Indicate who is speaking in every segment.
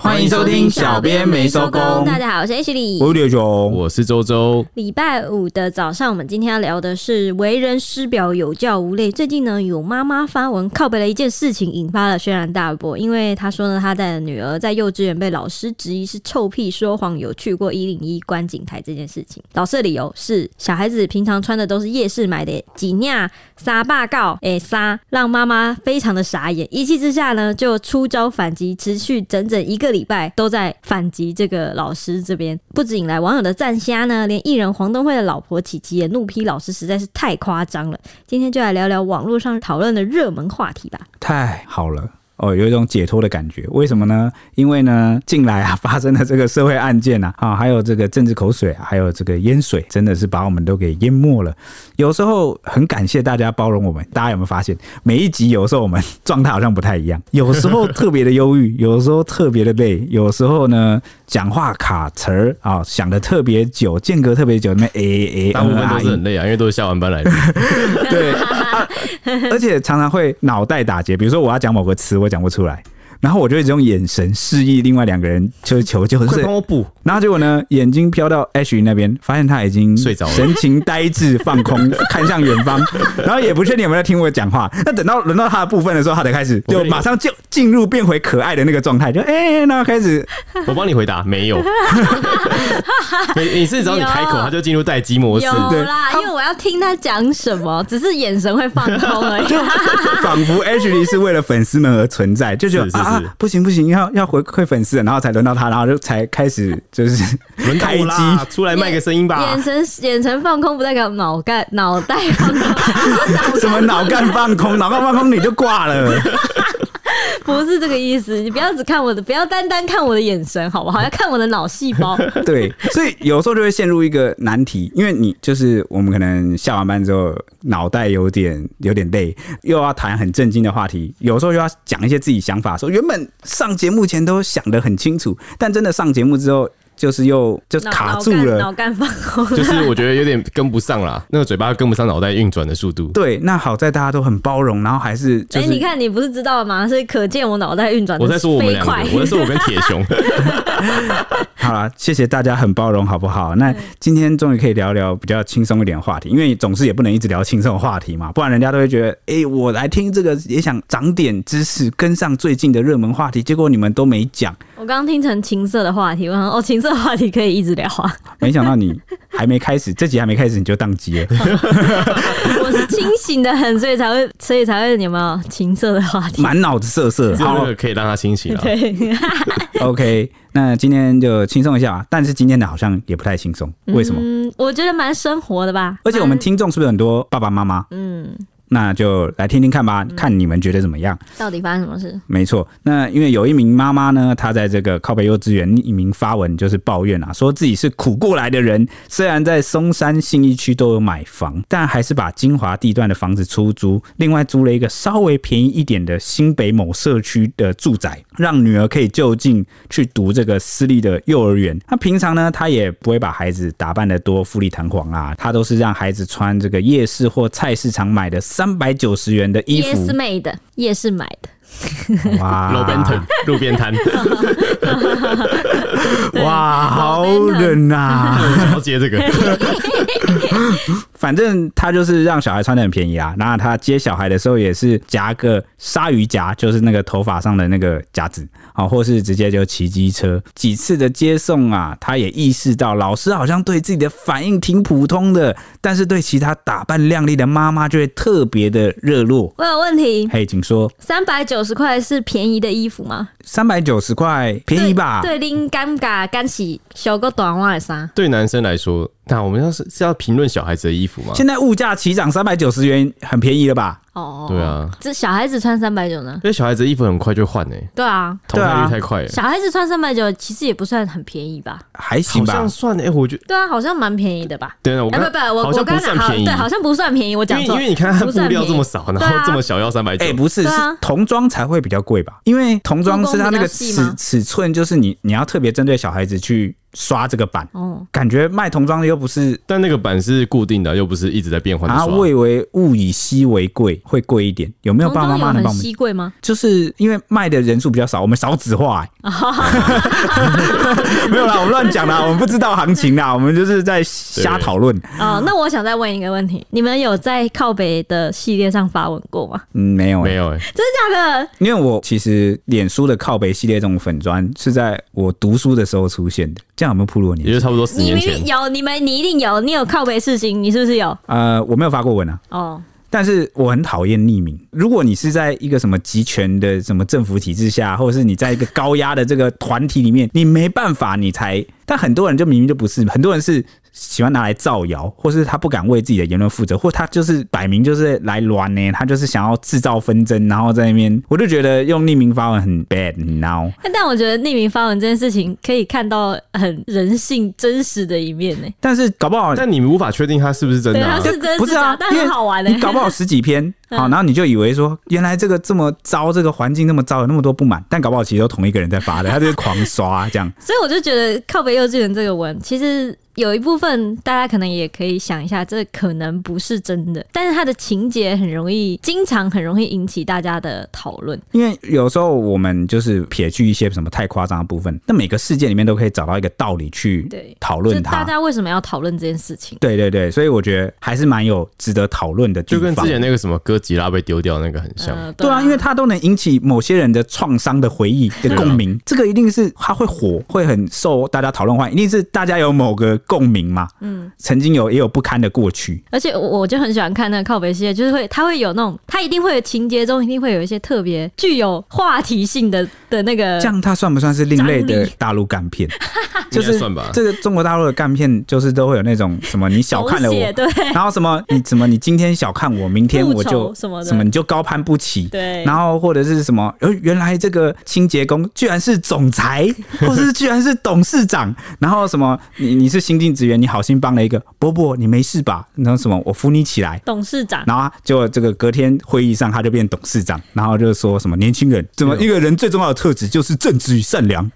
Speaker 1: 欢迎收听小编没收工
Speaker 2: 大家好，我是 H 李。
Speaker 1: 我刘炯，
Speaker 3: 我是周周，
Speaker 2: 礼拜五的早上，我们今天要聊的是为人师表，有教无类。最近呢，有妈妈发文靠背了一件事情，引发了轩然大波。因为她说呢，她的女儿在幼稚园被老师质疑是臭屁说谎，有去过一零一观景台这件事情。老师的理由是，小孩子平常穿的都是夜市买的几尿撒霸告诶撒，让妈妈非常的傻眼。一气之下呢，就出招反击，持续整整一个礼拜都在反击这个老师这边，不止引来网友的赞虾呢，连艺人黄东辉的老婆琪琪也怒批老师实在是太夸张了。今天就来聊聊网络上讨论的热门话题吧。
Speaker 1: 太好了。哦，有一种解脱的感觉，为什么呢？因为呢，近来啊发生的这个社会案件啊，啊，还有这个政治口水，啊还有这个淹水，真的是把我们都给淹没了。有时候很感谢大家包容我们，大家有没有发现，每一集有时候我们状态好像不太一样，有时候特别的忧郁， 有时候特别的累，有时候呢讲话卡词儿啊，想的特别久，间隔特别久，那边诶诶，
Speaker 3: 大部
Speaker 1: 嗯
Speaker 3: 分都
Speaker 1: 啊
Speaker 3: 是很累啊，因为都是下完班来的。
Speaker 1: 对、啊而且常常会脑袋打结。比如说我要讲某个词，我讲不出来，然后我就一直用眼神示意另外两个人就是求救，就
Speaker 3: 快
Speaker 1: 是
Speaker 3: 帮我补，
Speaker 1: 然后结果呢，眼睛飘到 H 那边，发现他已经
Speaker 3: 睡着了
Speaker 1: 神情呆滞，放空，看向远方，然后也不确定有没有在听我讲话。那等到轮到他的部分的时候，他才开始
Speaker 3: 我跟
Speaker 1: 就
Speaker 3: 你
Speaker 1: 马上就进入变回可爱的那个状态，就哎、然后开始
Speaker 3: 我帮你回答，没有。每每次只要你开口，
Speaker 2: 有
Speaker 3: 他就进入待机模式。
Speaker 2: 有
Speaker 1: 对
Speaker 2: 啦，
Speaker 1: 他
Speaker 2: 因为我要听他讲什么，只是眼神会放空而 已。
Speaker 1: 仿佛 H 里是为了粉丝们而存在，就觉得
Speaker 3: 是是
Speaker 1: 啊
Speaker 3: 是
Speaker 1: 啊不行不行，要要回馈粉丝了，然后才轮到他，然后就才开始就是
Speaker 3: 轮到
Speaker 1: 开
Speaker 3: 我啦，
Speaker 1: 机，
Speaker 3: 出来卖个声音吧
Speaker 2: 眼。神眼神放空不代表脑干脑袋放空，
Speaker 1: 什么脑干放空，脑干放空你就挂了。
Speaker 2: 不是这个意思。你不要只看我的，不要单单看我的眼神，好不好？要看我的脑细 胞。
Speaker 1: 对，所以有时候就会陷入一个难题，因为你就是我们可能下完班之后脑袋有点有点累，又要谈很正经的话题，有时候又要讲一些自己想法，说原本上节目前都想得很清楚，但真的上节目之后就是又就
Speaker 2: 脑
Speaker 1: 卡住
Speaker 2: 脑干
Speaker 1: 了
Speaker 2: 脑。干放空。
Speaker 3: 就是我觉得有点跟不上啦，那个嘴巴跟不上脑袋运转的速度。
Speaker 1: 对，那好在大家都很包容，然后还是
Speaker 2: 哎、
Speaker 1: 就是、
Speaker 2: 你看，你不是知道吗？所以可见我脑袋运转
Speaker 3: 我
Speaker 2: 的
Speaker 3: 在说我们
Speaker 2: 飞
Speaker 3: 两个
Speaker 2: 快。，
Speaker 3: 我在说我跟铁熊。
Speaker 1: 好了，谢谢大家很包容，好不好？那今天终于可以聊聊比较轻松一点的话题，因为总是也不能一直聊轻松的话题嘛，不然人家都会觉得，哎、我来听这个也想长点知识，跟上最近的热门话题，结果你们都没讲，
Speaker 2: 我刚刚听成情色的话题，我想哦，情色话题可以一直聊啊。
Speaker 1: 没想到你还没开始，这集还没开始你就宕机 了，
Speaker 2: 我是清醒的很，所以才会，所以才会有没有情色的话题？
Speaker 1: 满脑子瑟瑟。
Speaker 3: 只有那
Speaker 1: 好
Speaker 3: 个可以让他清醒啊了。
Speaker 2: 对，
Speaker 1: ，OK，那今天就轻松一下吧，但是今天的好像也不太轻松，为什么？
Speaker 2: 嗯，我觉得蛮生活的吧。
Speaker 1: 而且我们听众是不是很多爸爸妈妈？
Speaker 2: 嗯，
Speaker 1: 那就来听听看吧，看你们觉得怎么样。
Speaker 2: 到底发生什么事？
Speaker 1: 没错，那因为有一名妈妈呢，她在这个靠北幼稚园匿名发文，就是抱怨啊，说自己是苦过来的人，虽然在松山信义区都有买房，但还是把金华地段的房子出租，另外租了一个稍微便宜一点的新北某社区的住宅，让女儿可以就近去读这个私立的幼儿园。那平常呢，她也不会把孩子打扮得多富丽堂皇啊，她都是让孩子穿这个夜市或菜市场买的三百九十元的衣
Speaker 2: 夜市
Speaker 1: 服，
Speaker 2: 妹的，夜市买的。
Speaker 1: 哇
Speaker 3: 路边摊，路 边摊，
Speaker 1: 哇，好冷啊！
Speaker 3: 我想要接这个。
Speaker 1: 反正他就是让小孩穿的很便宜啊。那他接小孩的时候也是夹个鲨鱼夹，就是那个头发上的那个夹子，好、或是直接就骑机车。几次的接送啊，他也意识到老师好像对自己的反应挺普通的，但是对其他打扮靓丽的妈妈就会特别的热络。
Speaker 2: 我有问题，
Speaker 1: 嘿，请说，
Speaker 2: 三百九十块是便宜的衣服吗？
Speaker 1: 三百九十块便宜吧？
Speaker 2: 对，对恁尴尬，干洗小个短袜的衫。
Speaker 3: 对男生来说，那我们要是是要评论小孩子的衣服吗？
Speaker 1: 现在物价齐涨，三百九十元很便宜了吧？
Speaker 2: 哦，
Speaker 3: 对啊，
Speaker 2: 这小孩子穿三百九呢？
Speaker 3: 因为小孩子的衣服很快就换诶，
Speaker 2: 对啊，
Speaker 3: 淘
Speaker 1: 对啊
Speaker 3: 汰率太快了。
Speaker 2: 小孩子穿三百九其实也不算很便宜吧？
Speaker 1: 还行
Speaker 3: 好
Speaker 1: 吧
Speaker 3: 像？算哎、欸我觉得
Speaker 2: 对啊，好像蛮便宜的吧？
Speaker 3: 等等，我
Speaker 2: 哎、
Speaker 3: 刚、
Speaker 2: 不不，我
Speaker 3: 好
Speaker 2: 我
Speaker 3: 像
Speaker 2: 刚
Speaker 3: 不
Speaker 2: 刚
Speaker 3: 算
Speaker 2: 好
Speaker 3: 便宜，
Speaker 2: 对，好像不算便宜，我
Speaker 3: 因
Speaker 2: 讲
Speaker 3: 为
Speaker 2: 错。
Speaker 3: 因为你看它
Speaker 2: 不
Speaker 3: 布
Speaker 2: 算
Speaker 3: 料这么少，然后这
Speaker 2: 对
Speaker 3: 么
Speaker 2: 啊
Speaker 3: 小要三百九
Speaker 1: 哎、，不是，
Speaker 2: 对
Speaker 1: 是
Speaker 2: 啊
Speaker 1: 童装才会比较贵吧？因为童装是它那个
Speaker 2: 童工比较
Speaker 1: 尺
Speaker 2: 细吗
Speaker 1: 尺寸，就是你你要特别针对小孩子去刷这个板，
Speaker 2: 哦，
Speaker 1: 感觉卖童装的又不是
Speaker 3: 但那个板是固定的，又不是一直在变换的
Speaker 1: 啊，
Speaker 3: 刷。
Speaker 1: 我以为物以稀为贵，会贵一点。有没有
Speaker 2: 童
Speaker 1: 爸爸
Speaker 2: 装
Speaker 1: 妈妈能
Speaker 2: 有很
Speaker 1: 帮我们？
Speaker 2: 稀贵吗？
Speaker 1: 就是因为卖的人数比较少，我们少纸化、 欸。 没有啦，我们乱讲啦，我们不知道行情 啦，我们就是在瞎讨论。
Speaker 3: 嗯
Speaker 2: 哦，那我想再问一个问题，你们有在靠北的系列上发文过吗？
Speaker 1: 嗯，没有、欸，
Speaker 3: 没有哎、
Speaker 2: 真的假的？
Speaker 1: 因为我其实脸书的靠北系列这种粉砖是在我读书的时候出现的，这样有没有铺路
Speaker 3: 也
Speaker 1: 你？
Speaker 3: 就差不多十
Speaker 2: 你
Speaker 3: 年
Speaker 2: 明
Speaker 3: 前
Speaker 2: 明。有，你们你一定有，你有靠北事情，你是不是有？
Speaker 1: 呃，我没有发过文啊，
Speaker 2: 哦，
Speaker 1: 但是我很讨厌匿名。如果你是在一个什么集权的什么政府体制下，或者是你在一个高压的这个团体里面，你没办法，你才。但很多人就明明就不是，很多人是喜欢拿来造谣，或是他不敢为自己的言论负责，或他就是摆明就是来乱呢，他就是想要制造纷争，然后在那边，我就觉得用匿名发文很 bad，你知道吗？
Speaker 2: 但但我觉得匿名发文这件事情可以看到很人性真实的一面呢。
Speaker 1: 但是搞不好
Speaker 3: 但你们无法确定它是不是真的、啊
Speaker 2: 对它是。真
Speaker 1: 不是啊
Speaker 2: 假，但很
Speaker 1: 因为
Speaker 2: 好玩欸嗯
Speaker 1: 你搞不好十几篇，好，然后你就以为说，原来这个这么糟，这个环境那么糟，有那么多不满，但搞不好其实都同一个人在发的， 他就是狂刷这样。
Speaker 2: 所以我就觉得靠北幼稚园这个文，其实有一部分大家可能也可以想一下，这可能不是真的，但是它的情节很容易，经常很容易引起大家的讨论。
Speaker 1: 因为有时候我们就是撇去一些什么太夸张的部分，那每个事件里面都可以找到一个道理去
Speaker 2: 对
Speaker 1: 讨
Speaker 2: 就
Speaker 1: 论
Speaker 2: 大
Speaker 1: 它。
Speaker 2: 家为什么要讨论这件事情？
Speaker 1: 对对对，所以我觉得还是蛮有值得讨论的地
Speaker 3: 就
Speaker 1: 方。
Speaker 3: 跟之前那个什么哥吉拉被丢掉那个很像，
Speaker 2: 呃
Speaker 1: 对啊，因为它都能引起某些人的创伤的回忆的共
Speaker 2: 啊
Speaker 1: 鸣，这个一定是它会火，会很受大家讨论欢迎，一定是大家有某个共鸣嘛。嗯，曾经有也有不堪的过去，
Speaker 2: 而且我我就很喜欢看那个靠北系列，就是会它会有那种，它一定会有情节中一定会有一些特别具有话题性的的那个
Speaker 1: 这。样它算不算是另类
Speaker 2: 张
Speaker 1: 的
Speaker 2: 力
Speaker 1: 大陆干片？就
Speaker 3: 应
Speaker 1: 是
Speaker 3: 该算吧
Speaker 1: 这个中国大陆的干片，就是都会有那种什么你小看了
Speaker 2: 狗血
Speaker 1: 我，
Speaker 2: 对
Speaker 1: 然后什么你怎么你今天小看我，明天我
Speaker 2: 复仇
Speaker 1: 就
Speaker 2: 什么的
Speaker 1: 你就高攀不起，
Speaker 2: 对，
Speaker 1: 然后或者是什么，呃，原来这个清洁工居然是总 裁，或是居然是董事长，然后什么，你你是新进职员，你好心帮了一个伯伯，你没事吧？然后什么，我扶你起来。
Speaker 2: 董事长
Speaker 1: 然后结果这个隔天会议上，他就变董事长，然后就说什么年轻人，怎么一个人最重要的特质就是正直与善 良，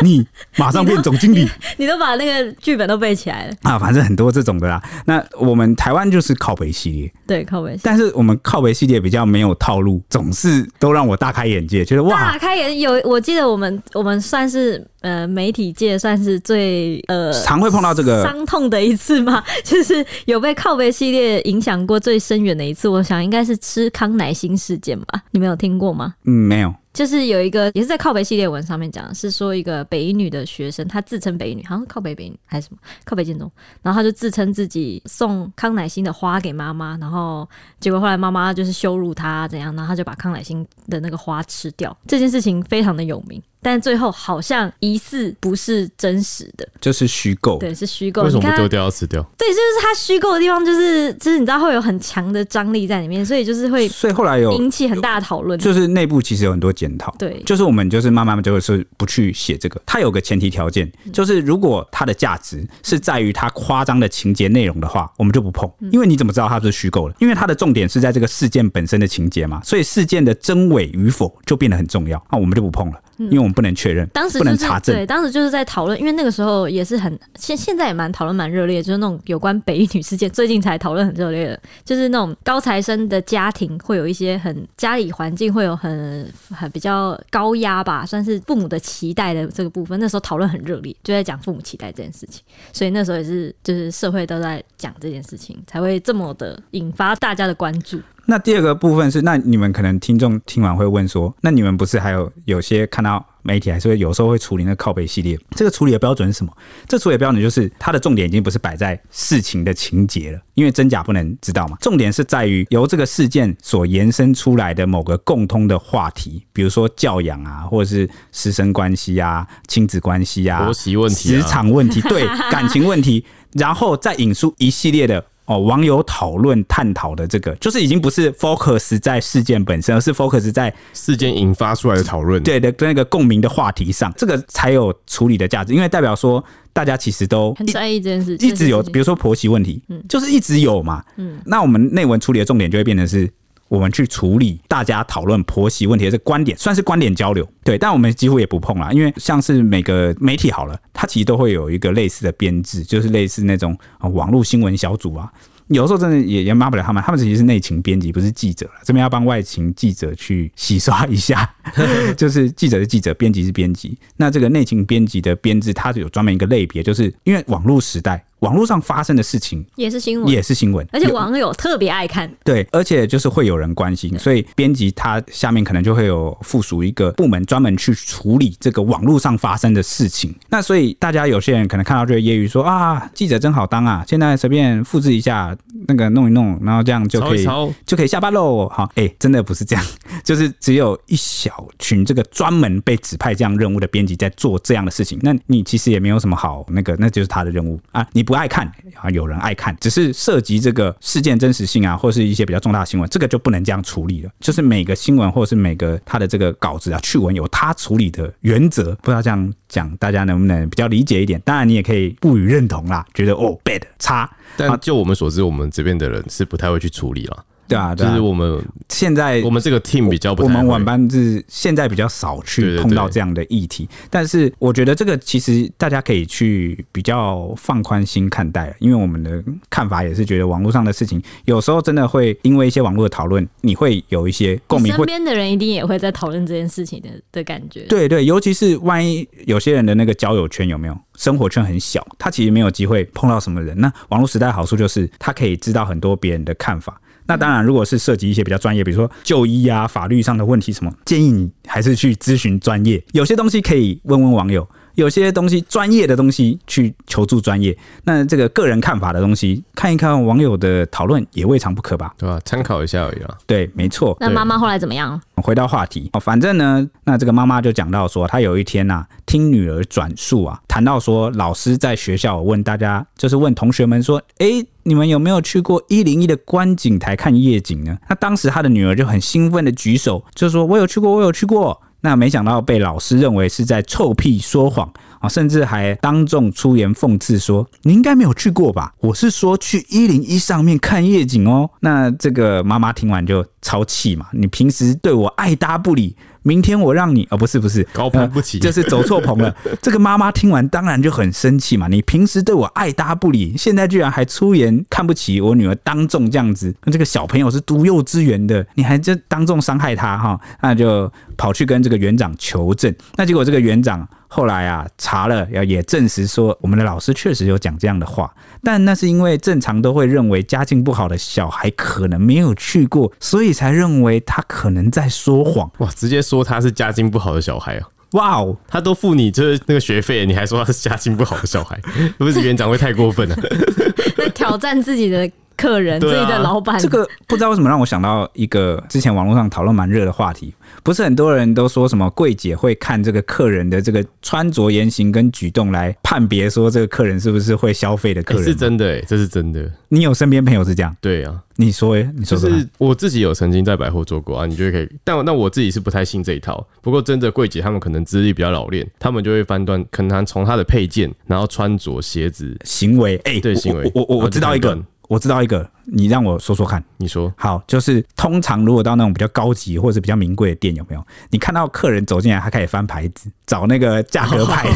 Speaker 1: 你马上变总经理
Speaker 2: 你都把那个剧本都背起来了，
Speaker 1: 啊，反正很多这种的啦。那我们台湾就是靠北系列，
Speaker 2: 对靠北系列。
Speaker 1: 但是我们靠北系列比较没有套路，总是都让我大开眼界，觉得哇
Speaker 2: 大，开眼有，我记得我们我们算是呃媒体界算是最呃
Speaker 1: 常会碰到这个
Speaker 2: 伤痛的一次嘛， 就是有被靠背系列影响过最深远的一次，我想应该是吃康乃馨事件吧？你们有听过吗？
Speaker 1: 嗯，没有，
Speaker 2: 就是有一个也是在靠北系列文上面讲的，是说一个北一女的学生，她自称北一女，好像是靠北北一女还是什么靠北建中，然后她就自称自己送康乃馨的花给妈妈，然后结果后来妈妈就是羞辱她怎样，然后她就把康乃馨的那个花吃掉，这件事情非常的有名。但最后好像疑似不是真实的，
Speaker 1: 就是虚构。
Speaker 2: 对，是虚构。
Speaker 3: 为什么
Speaker 2: 你看
Speaker 3: 不
Speaker 2: 她
Speaker 3: 丢掉要吃掉？
Speaker 2: 对，就是它虚构的地方，就是就是你知道会有很强的张力在里面，所以就是会
Speaker 1: 所以后
Speaker 3: 哦
Speaker 1: 来有
Speaker 2: 引起很大的讨论。
Speaker 1: 就是内部其实有很多检讨，
Speaker 2: 对
Speaker 1: 就是我们就是慢慢就是不去写这个，它有个前提条件，
Speaker 2: 嗯
Speaker 1: 就是如果它的价值是在于它夸张的情节内容的话，我们就不碰，
Speaker 2: 嗯
Speaker 1: 因为你怎么知道它是虚构的？因为它的重点是在这个事件本身的情节嘛，所以事件的真伪与否就变得很重要，那我们就不碰了，因为我们不能确认，
Speaker 2: 嗯当时
Speaker 1: 不
Speaker 2: 就
Speaker 1: 能
Speaker 2: 是
Speaker 1: 查证
Speaker 2: 对，。当时就是在讨论，因为那个时候也是很现现在也蛮讨论蛮热烈，就是那种有关北一女事件，最近才讨论很热烈的，就是那种高材生的家庭会有一些很家里环境会有很很比较高压吧，算是父母的期待的这个部分，那时候讨论很热烈，就在讲父母期待这件事情，所以那时候也是就是社会都在讲这件事情，才会这么的引发大家的关注。
Speaker 1: 那第二个部分是，那你们可能听众听完会问说，那你们不是还有有些看到媒体还是会有时候会处理那个靠背系列，这个处理的标准是什么？这处理的标准就是它的重点已经不是摆在事情的情节了，因为真假不能知道嘛。重点是在于由这个事件所延伸出来的某个共通的话题，比如说教养啊，或者是师生关系啊、亲子关系啊、
Speaker 3: 婆媳问题啊
Speaker 1: 职场问题、对感情问题，然后再引述一系列的。哦，网友讨论探讨的这个，就是已经不是 focus 在事件本身，而是 focus 在
Speaker 3: 事件引发出来的讨论，，
Speaker 1: 对的那个共鸣的话题上，这个才有处理的价值，因为代表说大家其实都
Speaker 2: 很
Speaker 1: 一
Speaker 2: 在意这件事，
Speaker 1: 一直有，
Speaker 2: 这件事情
Speaker 1: 比如说婆媳问题，就是一直有嘛。
Speaker 2: 嗯
Speaker 1: 那我们内文处理的重点就会变成是我们去处理大家讨论婆媳问题的这观点，算是观点交流。对，但我们几乎也不碰啦，因为像是每个媒体好了，它其实都会有一个类似的编制，就是类似那种、呃网络新闻小组啊。有时候真的也也骂不了他们，他们其实是内勤编辑，不是记者啦。这边要帮外勤记者去洗刷一 下，就是记者是记者，编辑是编辑。那这个内勤编辑的编制，它是有专门一个类别，就是因为网络时代，网络上发生的事情
Speaker 2: 也是新闻，
Speaker 1: 也是新闻，
Speaker 2: 嗯而且
Speaker 1: 有
Speaker 2: 网友特别爱看，
Speaker 1: 对，而且就是会有人关心，所以编辑他下面可能就会有附属一个部门，专门去处理这个网络上发生的事情。那所以大家有些人可能看到就会揶揄说啊，记者真好当啊，现在随便复制一下，那个弄一弄，然后这样就
Speaker 3: 抄
Speaker 1: 可
Speaker 3: 一
Speaker 1: 以
Speaker 3: 抄，
Speaker 1: 就可以下班喽。好，哎、真的不是这样， 就是只有一小群这个专门被指派这样任务的编辑在做这样的事情。那你其实也没有什么好那个，那就是他的任务啊。你不爱看啊，有人爱看，只是涉及这个事件真实性啊，或是一些比较重大的新闻，这个就不能这样处理了。就是每个新闻或是每个他的这个稿子啊，趣闻有他处理的原则。不知道这样讲大家能不能比较理解一点？当然，你也可以不予认同啦，觉得哦 bad 差，
Speaker 3: 但就我们所知，我们这边的人是不太会去处理了，
Speaker 1: 对啊，对
Speaker 3: 就
Speaker 1: 啊。
Speaker 3: 是我们
Speaker 1: 现在
Speaker 3: 我们这个 team 比较不
Speaker 1: 我
Speaker 3: 太
Speaker 1: 们
Speaker 3: 会
Speaker 1: 晚班是现在比较少
Speaker 3: 对
Speaker 1: 去
Speaker 3: 对
Speaker 1: 碰到
Speaker 3: 对
Speaker 1: 这样的议题，但是我觉得这个其实大家可以去比较放宽心看待，因为我们的看法也是觉得网络上的事情，有时候真的会因为一些网络的讨论，你会有一些共
Speaker 2: 你
Speaker 1: 鸣，
Speaker 2: 身
Speaker 1: 会
Speaker 2: 边的人一定也会在讨论这件事情的的感觉。
Speaker 1: 对对，尤其是万一有些人的那个交友圈有没有生活圈很小，他其实没有机会碰到什么人。那网络时代的好处就是他可以知道很多别人的看法。那当然，如果是涉及一些比较专业，比如说就医啊、法律上的问题什么，建议你还是去咨询专业。有些东西可以问问网友，有些东西专业的东西去求助专业。那这个个人看法的东西，看一看网友的讨论也未尝不可吧？
Speaker 3: 对吧？参考一下而已啦。
Speaker 1: 对，没错。
Speaker 2: 那妈妈后来怎 么样？
Speaker 1: 回到话题，哦，反正呢，那这个妈妈就讲到说，她有一天呐、啊听女儿转述啊，谈到说老师在学校问大家，就是问同学们说，诶，你们有没有去过一零一的观景台看夜景呢？那当时她的女儿就很兴奋的举手，就说我有去过，我有去过。那没想到被老师认为是在臭屁说谎啊，甚至还当众出言讽刺说：“你应该没有去过吧？我是说去一零一上面看夜景哦。”那这个妈妈听完就超气嘛，你平时对我爱搭不理，明天我让你……哦，不是不是，
Speaker 3: 高攀不起
Speaker 1: 呃就是走错棚了。这个妈妈听完当然就很生气嘛，你平时对我爱搭不理，现在居然还出言看不起我女儿，当众这样子，那这个小朋友是读幼稚园的，你还这当众伤害她哈，那就跑去跟这个园长求证，那结果这个园长。后来啊，查了也证实说，我们的老师确实有讲这样的话，但那是因为正常都会认为家境不好的小孩可能没有去过，所以才认为他可能在说谎。
Speaker 3: 哇，直接说他是家境不好的小孩啊！
Speaker 1: 哇哦，
Speaker 3: 他都付你就是那个学费，你还说他是家境不好的小孩， 不是园长会太过分了、啊
Speaker 2: 在挑战自己的客人、自
Speaker 3: 对啊
Speaker 2: 己的老板，
Speaker 1: 这个不知道为什么让我想到一个之前网络上讨论蛮热的话题，不是很多人都说什么柜姐会看这个客人的这个穿着言行跟举动来判别说这个客人是不是会消费的客
Speaker 3: 欸
Speaker 1: 人、
Speaker 3: 是，真的哎、这是真的。
Speaker 1: 你有身边朋友是这样？
Speaker 3: 对啊，
Speaker 1: 你说欸，你
Speaker 3: 就
Speaker 1: 说说看
Speaker 3: 是我自己有曾经在百货做过啊，你就可以。但那我自己是不太信这一套。不过真的柜姐他们可能资历比较老练，他们就会判断，可能他从他的配件，然后穿着、鞋子，
Speaker 1: 行为，哎、
Speaker 3: 对
Speaker 1: 我
Speaker 3: 行为
Speaker 1: 我我我
Speaker 3: 然
Speaker 1: 我
Speaker 3: 后
Speaker 1: 知
Speaker 3: 就
Speaker 1: 道一
Speaker 3: 判
Speaker 1: 个
Speaker 3: 断，
Speaker 1: 我知道一个，你让我说说看。
Speaker 3: 你说
Speaker 1: 好，就是通常如果到那种比较高级或者比较名贵的店，有没有？你看到客人走进来，他开始翻牌子，找那个价格 牌，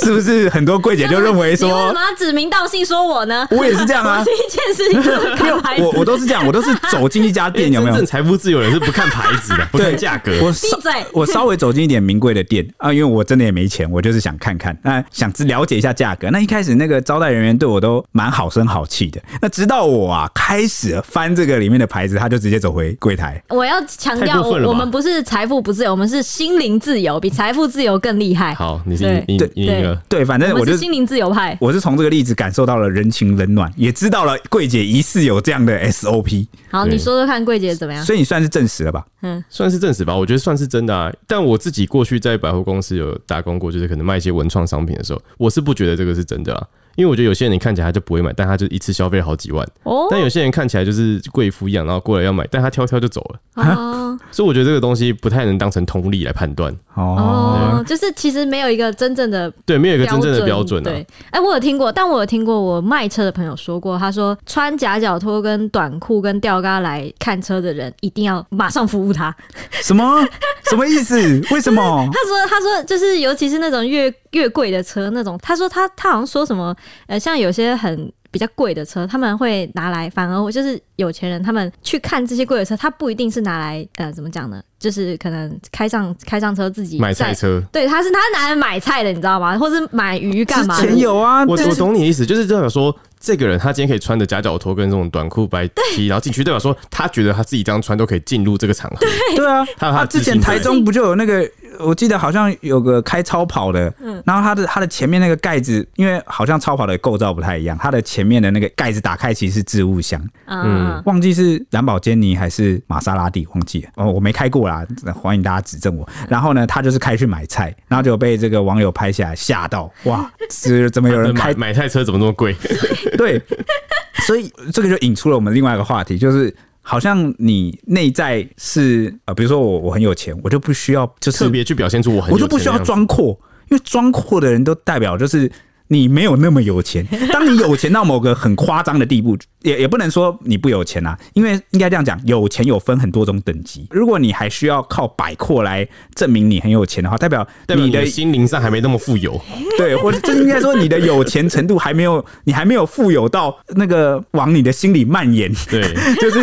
Speaker 1: 是不是很多柜姐就认为
Speaker 2: 你为什
Speaker 1: 说
Speaker 2: 么，要指名道姓说我呢？
Speaker 1: 我也是这样
Speaker 2: 我
Speaker 1: 啊
Speaker 2: 第。一件事情就 是看牌子，
Speaker 1: 我我都是这样，我都是走进一家店，有没
Speaker 3: 哎 真
Speaker 1: 有
Speaker 3: 正？财富自由的人是不看牌子的，不看
Speaker 1: 对
Speaker 3: 价格。
Speaker 1: 我
Speaker 2: 闭
Speaker 1: 稍
Speaker 2: 嘴
Speaker 1: 我稍微走进一点名贵的店啊，因为我真的也没钱，我就是想看看，那想知了解一下价格。那一开始那个招待人员对我都蛮好声好气的，那直到我啊开始翻这个里面的牌子，他就直接走回柜台。
Speaker 2: 我要强调，
Speaker 3: 太过分了吧
Speaker 2: 我我们不是财富不自由，我们是心灵自由，比财富自由更厉害。
Speaker 3: 好，你是
Speaker 2: 对
Speaker 3: 你
Speaker 1: 对
Speaker 3: 你赢了。
Speaker 1: 对，反正
Speaker 2: 我
Speaker 1: 哎我
Speaker 2: 们
Speaker 1: 就是
Speaker 2: 心灵自由派。
Speaker 1: 我是从这个例子感受到了人情冷暖，也知道了柜姐疑似有这样的 SOP，
Speaker 2: 好，
Speaker 3: 对
Speaker 2: 你说说看，桂姐怎么样？
Speaker 1: 所以你算是证实了吧？
Speaker 3: 算是证实吧，我觉得算是真的啊。但我自己过去在百货公司有打工过，就是可能卖一些文创商品的时候，我是不觉得这个是真的啊。因为我觉得有些人你看起来他就不会买，但他就一次消费了好几万；
Speaker 2: 哦
Speaker 3: 但有些人看起来就是贵妇一样，然后过来要买，但他挑挑就走了。
Speaker 2: 哦
Speaker 3: 所以我觉得这个东西不太能当成通例来判断，
Speaker 1: 哦，
Speaker 2: 哦，就是其实没有一个真正的
Speaker 3: 对，没有一个真正的标准啊。
Speaker 2: 对，哎、我有听过，但我有听过我卖车的朋友说过，他说穿夹脚拖跟短裤跟吊嘎来看车的人，一定要马上服务他。
Speaker 1: 什么什么意思？为什么？
Speaker 2: 他说，他说就是尤其是那种越越贵的车那种，他说他他好像说什么，呃，像有些很。比较贵的车，他们会拿来，反而我就是有钱人，他们去看这些贵的车，他不一定是拿来，呃，怎么讲呢？就是可能开上开上车自己
Speaker 3: 买
Speaker 2: 在
Speaker 3: 菜车，
Speaker 1: 嗯
Speaker 2: 对，他是他拿来买菜的，你知道吗？或是买鱼 干
Speaker 1: 之
Speaker 2: 嘛的？
Speaker 1: 前有啊，
Speaker 3: 我
Speaker 1: 这
Speaker 3: 我懂你的意思，就是代表说，这个人他今天可以穿着夹脚拖跟这种短裤白 T，然后进去，代表说他觉得他自己这样穿都可以进入这个场合。
Speaker 1: 对啊，
Speaker 3: 他有他的
Speaker 1: 之
Speaker 3: 自
Speaker 1: 前
Speaker 3: 信
Speaker 1: 台
Speaker 3: 在
Speaker 1: 中不就有那个，我记得好像有个开超跑的，然后它的它的前面那个盖子，因为好像超跑的构造不太一样，它的前面的那个盖子打开其实是置物箱，
Speaker 2: 嗯，
Speaker 1: 忘记是兰博基尼还是玛莎拉蒂，忘记了哦，我没开过啦，欢迎大家指正我。然后呢，他就是开去买菜，然后就被这个网友拍下来，吓到哇，是怎么有 人开
Speaker 3: 买买菜车怎么这么贵？
Speaker 1: 对，所以这个就引出了我们另外一个话题，就是好像你内在是呃，比如说我我很有钱，我就不需要就是
Speaker 3: 特别去表现出我很有
Speaker 1: 我就不需要
Speaker 3: 钱的样
Speaker 1: 装
Speaker 3: 子
Speaker 1: 阔，因为装阔的人都代表就是。你没有那么有钱， 当你有钱到某个很夸张的地步，也也不能说你不有钱啊，因为应该这样讲，有钱有分很多种等级。如果你还需要靠摆阔来证明你很有钱的话，代表
Speaker 3: 代表
Speaker 1: 你
Speaker 3: 你
Speaker 1: 的
Speaker 3: 的心灵上还没那么富有。
Speaker 1: 对，或者这应该说你的有钱程度还没有，你还没有富有到那个往你的心里蔓延，
Speaker 3: 对，
Speaker 1: 就是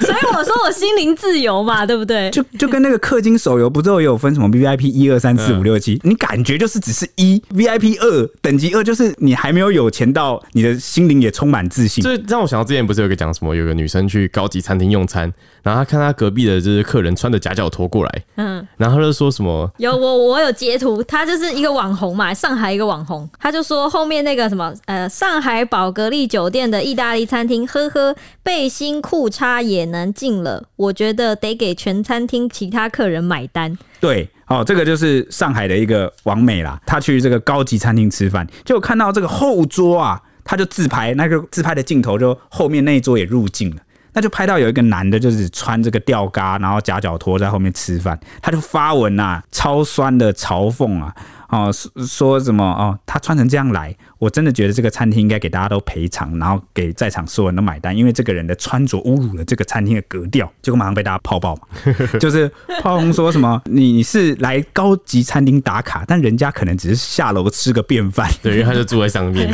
Speaker 2: 所以我说我心灵自由嘛，对不对？
Speaker 1: 就就跟那个氪金手游不是都有分什么 VIP 一二三四五
Speaker 3: 嗯
Speaker 1: 六七，你感觉就是只是一 VIP 二等级二，就是你还没有有钱到你的心灵也充满自信。
Speaker 3: 这让我想到之前不是有个讲什么，有个女生去高级餐厅用餐，然后她看她隔壁的就是客人穿着夹脚拖过来，
Speaker 2: 嗯，
Speaker 3: 然后她就说什么
Speaker 2: 有我我有截图，他就是一个网红嘛，上海一个网红，他就说后面那个什么呃，上海宝格丽酒店的意大利餐厅，呵呵，背心裤衩也能进了，我觉得得给全餐厅其他客人买单。
Speaker 1: 对，哦，这个就是上海的一个王美啦，她去这个高级餐厅吃饭，就看到这个后桌啊，她就自拍，那个自拍的镜头就后面那一桌也入镜了。那就拍到有一个男的，就是穿这个吊嘎，然后夹脚拖在后面吃饭，他就发文啊，超酸的嘲讽啊，哦，说说什么哦，他穿成这样来，我真的觉得这个餐厅应该给大家都赔偿，然后给在场所有人都买单，因为这个人的穿着侮辱了这个餐厅的格调，结果马上被大家泡爆嘛。 就是炮轰说什么你你是来高级餐厅打卡，但人家可能只是下楼吃个便饭，
Speaker 3: 对，因为她就住在 上面，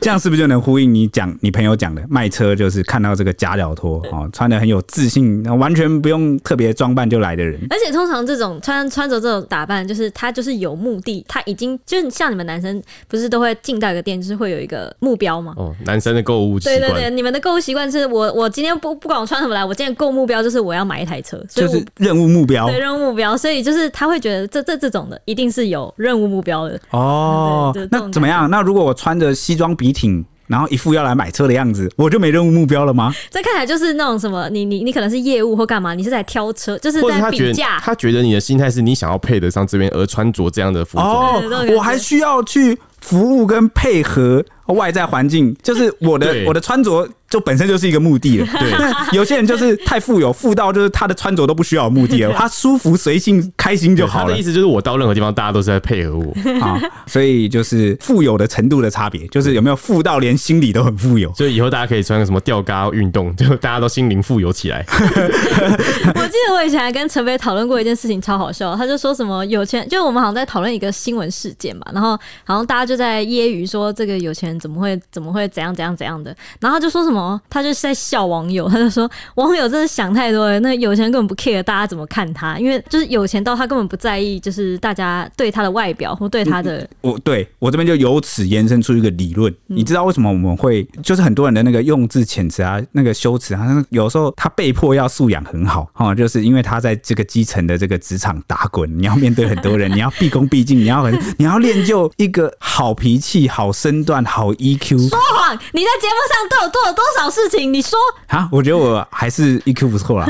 Speaker 1: 这样是不是就能呼应你讲你朋友讲的卖车就是看到这个夹脚拖哦，穿的很有自信，完全不用特别装扮就来的人，
Speaker 2: 而且通常这种穿穿着这种打扮，就是他就是有目的，他已经就是像你们男生不是都会进到一个店，就是会有一个目标吗？
Speaker 3: 哦，男生的购物习
Speaker 2: 对对对，
Speaker 3: 惯。
Speaker 2: 你们的购物习惯是我我今天不不管我穿什么来，我今天购物目标就是我要买一台车，所以
Speaker 1: 就
Speaker 2: 我、
Speaker 1: 是任务目
Speaker 3: 哦
Speaker 1: 标
Speaker 2: 对任务目标，所以就是他会觉得这这这种的一定是有任务目标的，
Speaker 1: 哦
Speaker 2: 对对对这。种
Speaker 1: 那怎么样？那如果我穿着西装笔挺，然后一副要来买车的样子，我就没任务目标了吗？
Speaker 2: 这看起来就是那种什么，你你你可能是业务或干嘛，你是在挑车，就是
Speaker 3: 或者
Speaker 2: 在
Speaker 3: 他觉
Speaker 2: 比
Speaker 3: 得
Speaker 2: 价。
Speaker 3: 他觉得你的心态是你想要配得上这边而穿着这样的服装，
Speaker 1: 哦
Speaker 2: 对这种感，觉
Speaker 1: 我还需要去服务跟配合外在环 境，就是我的
Speaker 3: 对
Speaker 1: 我的穿着就本身就是一个目的了。
Speaker 3: 对
Speaker 1: 那有些人就是太富有，富到就是他的穿着都不需要有目 的了，他舒服随性开心就好
Speaker 3: 他
Speaker 1: 了
Speaker 3: 的意思就是我到任何地方大家都是在配 合我，
Speaker 1: 啊。所以就是富有的程度的差别，就是有没有富到连心理都很富有。
Speaker 3: 所以以后大家可以穿个什么吊嘎运动，就大家都心灵富有起 来。
Speaker 2: 我记得我以前还跟陈飞讨论过一件事情，超好笑。他就说什么有钱，就我们好像在讨论一个新闻事件吧，然后好像大家就在揶揄说这个有钱人怎么会怎么会怎样怎样怎样的，然后他就说什么，他就是在笑网友，他就说网友真的想太多了，那有钱人根本不 care 大家怎么看他，因为就是有钱到他根本不在意，就是大家对他的外表或对他的
Speaker 1: 我对我这边就由此延伸出一个理论，你知道为什么我们会就是很多人的那个用字遣词啊，那个修辞啊，那个有时候他被迫要素养很好哈、哦就是因为他在这个基层的这个职场打滚， 你要面对很多人，你要毕恭毕敬，你要很你要练就一个好脾气、好身段、好好 E EQ
Speaker 2: 说谎！你在节目上都有做了多少事情？你说
Speaker 1: 啊，我觉得我还是 EQ 不错啦。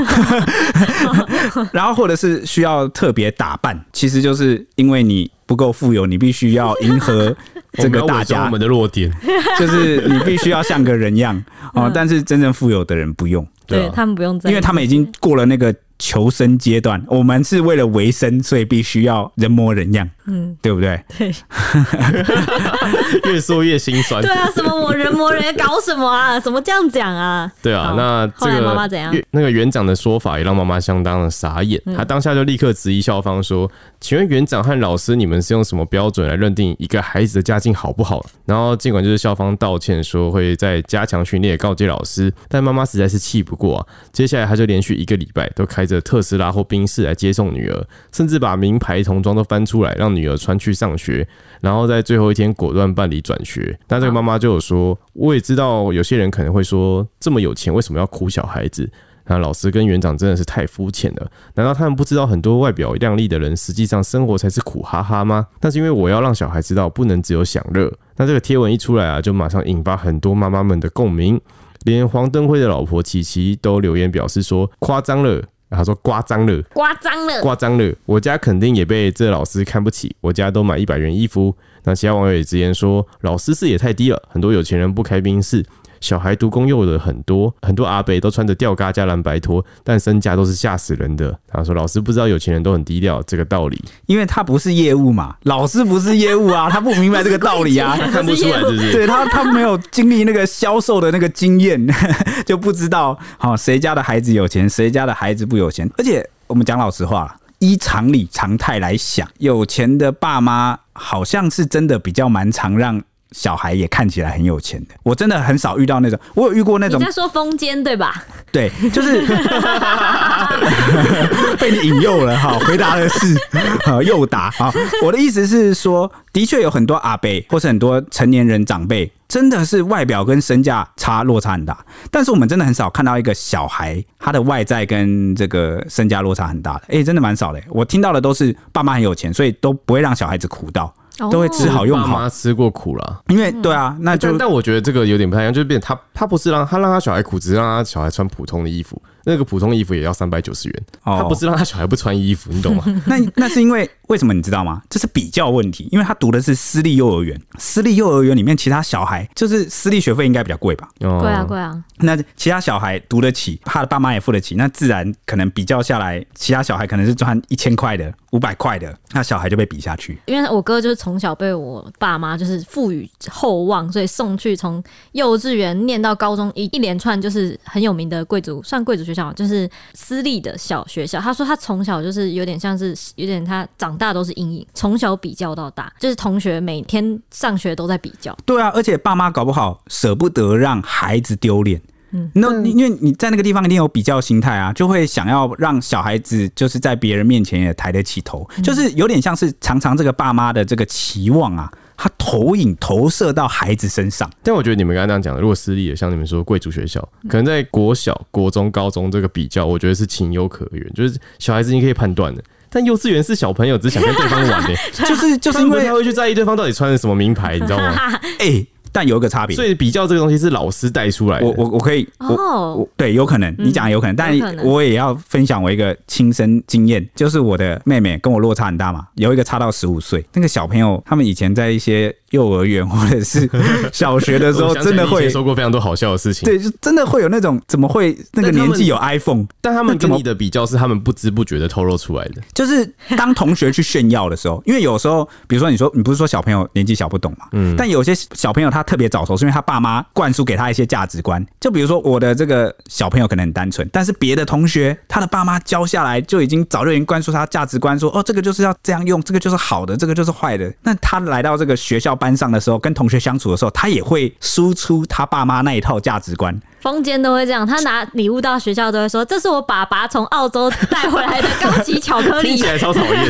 Speaker 1: 然后或者是需要特别打扮，其实就是因为你不够富有，你必须要迎 合这个
Speaker 3: 我们要
Speaker 1: 大
Speaker 3: 伪装
Speaker 1: 家
Speaker 3: 我，们的 弱点，
Speaker 1: 就是你必须要像个人样哦。但是真正富有的人不用，
Speaker 3: 对啊
Speaker 2: 他们不用在意，
Speaker 1: 因为他们已经过了那个求生阶段。我们是为了维生，所以必须要人模人样，嗯，对不对？
Speaker 2: 对
Speaker 3: 越说越心酸
Speaker 2: 对。啊，什么我人模人搞什么啊？怎么这样讲啊？
Speaker 3: 对啊
Speaker 2: 好，
Speaker 3: 那这
Speaker 2: 后来
Speaker 3: 个
Speaker 2: 妈妈怎样嗯
Speaker 3: 园？那个园长的说法也让妈妈相当的傻眼，她当下就立刻质疑校方说：“请问园长和老师，你们是用什么标准来认定一个孩子的家境好不好？”然后尽管就是校方道歉说会在加强训练，告诫老师，但妈妈实在是气不过啊。接下来她就连续一个礼拜都开着特斯拉或宾士来接送女儿，甚至把名牌童装都翻出来让女儿穿去上学。然后在最后一天果断办理转学。那这个妈妈就有说，我也知道有些人可能会说，这么有钱为什么要苦小孩子？那老师跟园长真的是太肤浅了，难道他们不知道很多外表靓丽的人，实际上生活才是苦哈哈吗？但是因为我要让小孩知道，不能只有享乐。那这个贴文一出来啊，就马上引发很多妈妈们的共鸣，连黄登辉的老婆琪琪都留言表示说夸张了，啊她说 夸张了，
Speaker 2: 刮脏了，
Speaker 3: 挂张了，我家肯定也被这老师看不起，我家都买一百元衣服。那其他网友也直言说，老师视野太低了，很多有钱人不开宾士，小孩读公幼的很多，很多阿伯都穿着吊嘎加蓝白拖，但身价都是吓死人的。他说老师不知道有钱人都很低调这个道理，
Speaker 1: 因为他不是业务嘛，老师不是业务 啊，他不明白这个道理啊，
Speaker 3: 他看不出来是不是？
Speaker 1: 对他，他没有经历那个销售的那个经验， 就不知道好谁家的孩子有钱，谁家的孩子不有钱。而且我们讲老实话啦，依常理常态来想，有钱的爸妈好像是真的比较蛮常让小孩也看起来很有钱的。我真的很少遇到那种，我有遇过那
Speaker 2: 你
Speaker 1: 种
Speaker 2: 在说风间对吧？
Speaker 1: 对，就是被你引诱了哈，回答的是呃诱答啊。好我的意思是说，的确有很多阿伯或是很多成年人长辈，真的是外表跟身价差落差很大，但是我们真的很少看到一个小孩他的外在跟这个身价落差很大的，哎、真的蛮少的、我听到的都是爸妈很有钱，所以都不会让小孩子苦到，都会吃好用
Speaker 3: 哦爸
Speaker 1: 好，
Speaker 3: 妈嗯吃过苦了。
Speaker 1: 因为对啊，那就
Speaker 3: 但但我觉得这个有点不太一样，就是变成他他不是让他让他小孩苦，只是让他小孩穿普通的衣服，那个普通衣服也要三百九十元，
Speaker 1: 哦
Speaker 3: 他不是让他小孩不穿衣服，你懂 吗？
Speaker 1: 那那是因为为什么你知道吗？这是比较问题，因为他读的是私立幼儿园，私立幼儿园里面其他小孩就是私立学费应该比较贵吧？
Speaker 3: 哦
Speaker 2: 贵啊贵啊，
Speaker 1: 那其他小孩读得起，他的爸妈也付得起，那自然可能比较下来，其他小孩可能是赚一千块的、五百块的，那小孩就被比下去。
Speaker 2: 因为我哥就是从小被我爸妈就是赋予厚望，所以送去从幼稚园念到高中一一连串就是很有名的贵族，算贵族学校嘛，就是私立的小学校。他说他从小就是有点像是有点他长大都是阴影，从小比较到大，就是同学每天上学都在比较。
Speaker 1: 对啊，而且爸妈搞不好舍不得让孩子丢脸。嗯，那你因为你在那个地方一定有比较心态啊，就会想要让小孩子就是在别人面前也抬得起头，就是有点像是常常这个爸妈的这个期望啊，他投影投射到孩子身上。
Speaker 3: 但我觉得你们刚才那样讲的，如果私立的，像你们说贵族学校，可能在国小、国中、高中这个比较，我觉得是情有可原，就是小孩子你可以判断的。但幼稚园是小朋友，只想跟对方玩的、
Speaker 1: 就是就是
Speaker 3: 他
Speaker 1: 因
Speaker 3: 们不
Speaker 1: 为
Speaker 3: 太会去在意对方到底穿的什么名牌，你知道吗？
Speaker 1: 哎、但有一个差别
Speaker 3: 所，以比较这个东西是老师带出来的。
Speaker 1: 我我我可以我
Speaker 2: 哦
Speaker 1: 我，对，有可能，你讲的有可能，但
Speaker 2: 有可能
Speaker 1: 我也要分享我一个亲身经验，就是我的妹妹跟我落差很大嘛，有一个差到十五岁，那个小朋友他们以前在一些幼儿园或者是小学的时候，
Speaker 3: 我想起
Speaker 1: 真
Speaker 3: 来
Speaker 1: 的
Speaker 3: 你以前
Speaker 1: 会。
Speaker 3: 说过非常多好笑的事情，
Speaker 1: 对，就真的会有那种怎么会那个
Speaker 3: 但他们
Speaker 1: 年纪有 iPhone，
Speaker 3: 但他们
Speaker 1: 那怎
Speaker 3: 跟
Speaker 1: 么
Speaker 3: 你的比较是他们不知不觉的透露出来的。
Speaker 1: 就是当同学去炫耀的时候，因为有时候，比如说你说你不是说小朋友年纪小不懂嘛，嗯，但有些小朋友他特别早熟，是因为他爸妈灌输给他一些价值观。就比如说我的这个小朋友可能很单纯，但是别的同学他的爸妈教下来就已经早就已经灌输他价值观，说哦这个就是要这样用，这个就是好的，这个就是坏的。那他来到这个学校班上的时候，跟同学相处的时候，他也会输出他爸妈那一套价值观。
Speaker 2: 风间都会这样，他拿礼物到学校都会说：“这是我爸爸从澳洲带回来的高级巧克
Speaker 3: 听
Speaker 2: 力
Speaker 3: 起。来超讨厌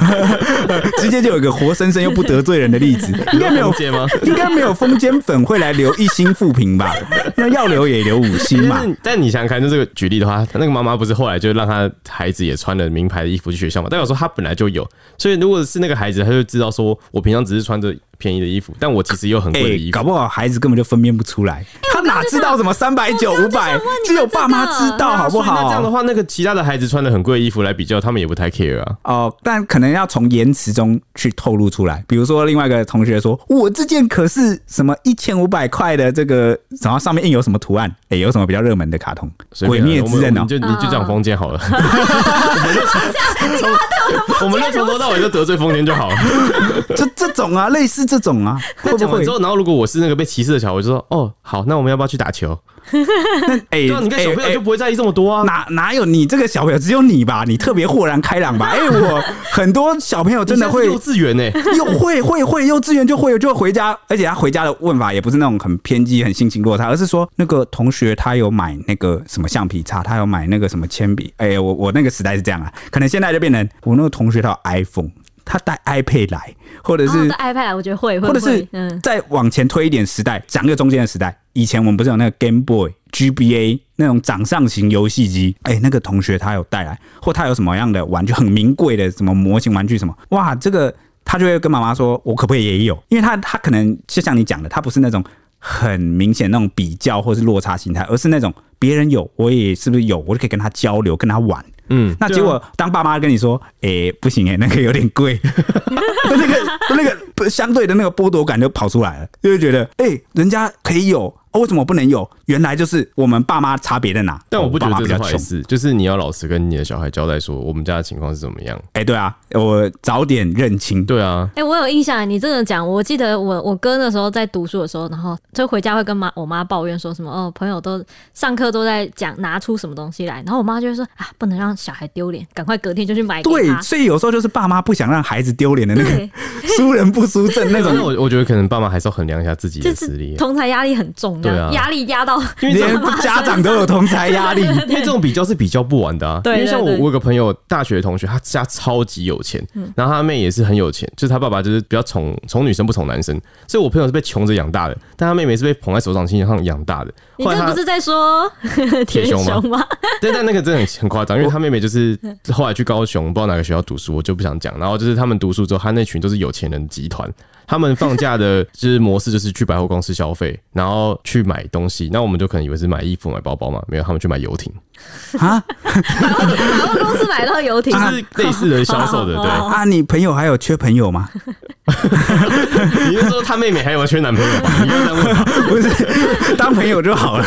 Speaker 3: 的，
Speaker 1: 直接就有一个活生生又不得罪人的例子，应该没有
Speaker 3: 空间吗？
Speaker 1: 应该没有封强奸粉会来留一星负评 吧？那要留也留五星嘛
Speaker 3: 但？是但你想想看，就这个举例的话，那个妈妈不是后来就让她孩子也穿了名牌的衣服去学校嘛？代表说她本来就有，所以如果是那个孩子，他就知道说我平常只是穿着便宜的衣服，但我其实也有很
Speaker 1: 哎、
Speaker 3: 贵的衣服。
Speaker 1: 搞不好孩子根本就分辨不出来，他哪知道什么三百九、五百，只有爸妈知道，好不
Speaker 3: 所以那这样的
Speaker 1: 好？
Speaker 3: 话，那个其他的孩子穿的很贵的衣服来比较，他们也不太 care 啊。
Speaker 1: 哦，但可能要从言辞中去透露出来。比如说，另外一个同学说：“我这件可是什么一千五百块的这个，然后上面印有什么图案？哎、有什么比较热门的卡通？
Speaker 3: 随
Speaker 1: 鬼
Speaker 3: 便啊
Speaker 1: 灭
Speaker 3: 我
Speaker 1: 之
Speaker 3: 们
Speaker 1: 刃哦、
Speaker 3: 你就你就讲封建 好了。我们就从我们就从头到尾就得罪封建就好了。
Speaker 1: 这这种啊，类似这种啊，会
Speaker 3: 那
Speaker 1: 不
Speaker 3: 讲完
Speaker 1: 会
Speaker 3: 之？后，然后如果我是那个被歧视的小孩，我就说哦，好，那我们要不要去打球？
Speaker 1: 哎、
Speaker 3: 对啊，你看小
Speaker 1: 哎
Speaker 3: 朋
Speaker 1: 哎
Speaker 3: 友就不会在意这么多啊。
Speaker 1: 哪哪有你这个小朋友？只有你吧，你特别豁然开 朗吧？哎、我很多小朋友真的会
Speaker 3: 你现在是幼稚园欸呢、
Speaker 1: 又会会会，幼稚园就会，就回家，而且他回家的问法也不是那种很偏激、很心情落差，而是说那个同学他有买那个什么橡皮擦，他有买那个什么铅笔。哎、我我那个时代是这样啊，可能现在就变成我那个同学他有 iPhone，他带 iPad 来，或者
Speaker 2: 然后
Speaker 1: 是
Speaker 2: 哦在 iPad 我觉得会，会
Speaker 1: 或者
Speaker 2: 会
Speaker 1: 是
Speaker 2: 嗯，
Speaker 1: 再往前推一点时代，讲个中间的时代，以前我们不是有那个 Game Boy、GBA 那种掌上型游戏机？哎、那个同学他有带来，或他有什么样的玩具很名贵的什么模型玩具什么？哇，这个他就会跟妈妈说，我可不可以也有？因为他他可能就像你讲的，他不是那种。很明显那种比较或是落差心态，而是那种别人有我也是不是有，我就可以跟他交流，跟他玩。
Speaker 3: 嗯，
Speaker 1: 那结果当爸妈跟你说，诶，不行诶，那个有点贵，那个那个不相对的那个剥夺感就跑出来了，就会觉得，诶，人家可以有，啊为什么不能有？原来就是我们爸妈差别在哪？
Speaker 3: 但我不觉
Speaker 1: 爸妈
Speaker 3: 得这
Speaker 1: 比较
Speaker 3: 是坏
Speaker 1: 穷。
Speaker 3: 事，就是你要老实跟你的小孩交代说，我们家的情况是怎么样。
Speaker 1: 诶，对啊，我早点认清。
Speaker 3: 对啊，
Speaker 2: 哎、我有印象，你这个讲，我记得我我哥那时候在读书的时候，然后就回家会跟妈我妈抱怨说什么哦，朋友都上课都在讲拿出什么东西来，然后我妈就会说啊，不能让小孩丢脸，赶快隔天就去买给
Speaker 1: 对，
Speaker 2: 他。
Speaker 1: 所以有时候就是爸妈不想让孩子丢脸的那个
Speaker 2: 对，
Speaker 1: 输人不输阵 那
Speaker 3: 但
Speaker 1: 种，
Speaker 3: 我我觉得可能爸妈还是要衡量一下自己的
Speaker 2: 就
Speaker 3: 实力
Speaker 2: 是，
Speaker 3: 啊
Speaker 2: 同才压力很重，这样
Speaker 3: 对啊
Speaker 2: 压力压到
Speaker 3: 因为这
Speaker 1: 连
Speaker 3: 种
Speaker 1: 家长都有同才压 力。
Speaker 3: 因为这种比较是比较不完的啊。
Speaker 2: 对对
Speaker 3: 因为像我
Speaker 2: 对嗯
Speaker 3: 我有个朋友，大学同学，他家超级有钱，然后他妹也是很有钱，就是他爸爸就是比较宠宠女生不宠男生，所以我朋友是被穷着养大的，但他妹妹是被捧在手掌心上养大的。
Speaker 2: 你
Speaker 3: 后来
Speaker 2: 这
Speaker 3: 他
Speaker 2: 不是在说
Speaker 3: 铁熊吗
Speaker 2: 熊吗？
Speaker 3: 但 但那个真的很很夸张，因为他妹妹就是后来去高雄，不知道哪个学校读书，我就不想讲。然后就是他们读书之后，他那群都是有钱人集团，他们放假的就是模式就是去百货公司消费，然后去买东西。那我们就可能以为是买衣服、买包包嘛，没有，他们去买游艇，
Speaker 1: 啊
Speaker 2: 百货公司买到游艇啊
Speaker 3: 就，是类似的销售的。对，
Speaker 1: 啊，你朋友还有缺朋友吗？
Speaker 3: 你是说他妹妹还有没有缺男朋友吧？你要这样问他。
Speaker 1: 不是当朋友就好了，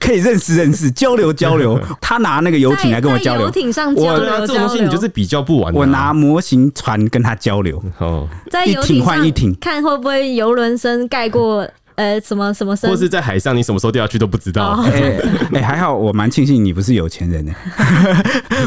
Speaker 1: 可以认识认识，交流交 流。他拿那个游艇来跟我
Speaker 2: 在
Speaker 1: 交
Speaker 2: 在
Speaker 1: 流
Speaker 2: 游，艇上
Speaker 1: 我
Speaker 2: 交
Speaker 3: 对啊，
Speaker 2: 流
Speaker 3: 这种东
Speaker 2: 交
Speaker 3: 西
Speaker 2: 流，
Speaker 3: 你就是比较不完的啊。
Speaker 1: 我拿模型船跟他交流。
Speaker 3: 哦，
Speaker 2: 在
Speaker 1: 一
Speaker 2: 游
Speaker 1: 艇
Speaker 2: 艇
Speaker 1: 换
Speaker 2: 上
Speaker 1: 一艇
Speaker 2: 看会不会游轮声盖过呃什么什么声
Speaker 3: 或，是在海上，你什么时候掉下去都不知道。
Speaker 1: 哎、哎还好我蛮庆幸你不是有钱 人呢、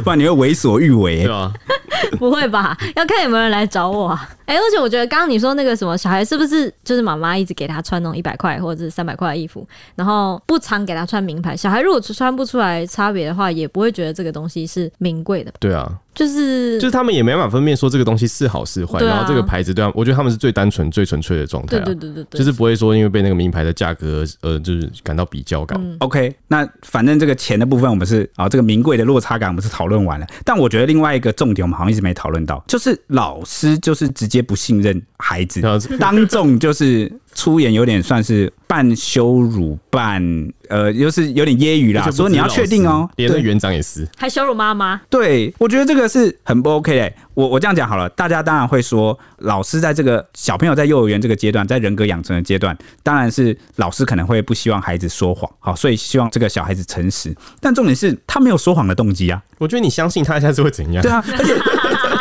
Speaker 1: 不然你会为所欲为、
Speaker 3: 对啊，
Speaker 2: 不会吧？要看有没有人来找我啊！哎、而且我觉得刚刚你说那个什么小孩是不是就是妈妈一直给他穿那种一百块或者是三百块的衣服，然后不常给他穿名牌。小孩如果穿不出来差别的话，也不会觉得这个东西是名贵的，
Speaker 3: 对啊，
Speaker 2: 就是
Speaker 3: 就是他们也没办法分辨说这个东西是好是坏，
Speaker 2: 对啊
Speaker 3: 然后这个牌子对他们，我觉得他们是最单纯、最纯粹的状态、
Speaker 2: 对
Speaker 3: 啊。
Speaker 2: 对对对对，
Speaker 3: 就是不会说因为被那个名牌的价格呃，就是感到比较高。
Speaker 2: 嗯
Speaker 1: OK，那反正这个钱的部分我们是啊、这个名贵的落差感我们是讨论完了，但我觉得另外一个重点我们好像一直没讨论到，就是老师就是直接不信任孩子
Speaker 3: 然，后是
Speaker 1: 当众就是出演有点算是半羞辱半呃，就是有点揶揄
Speaker 3: 而且
Speaker 1: 啦，
Speaker 3: 不止
Speaker 1: 啊所以你要
Speaker 3: 老师
Speaker 1: 确定哦、
Speaker 3: 连那
Speaker 1: 对
Speaker 3: 园长也是。
Speaker 2: 还羞辱妈妈。
Speaker 1: 对，我觉得这个是很不 OK 的、我我这样讲好了，大家当然会说，老师在这个小朋友在幼儿园这个阶段，在人格养成的阶段，当然是老师可能会不希望孩子说谎，好，所以希望这个小孩子诚实。但重点是他没有说谎的动机啊，
Speaker 3: 我觉得你相信他一下是会怎样
Speaker 1: 对？啊，而且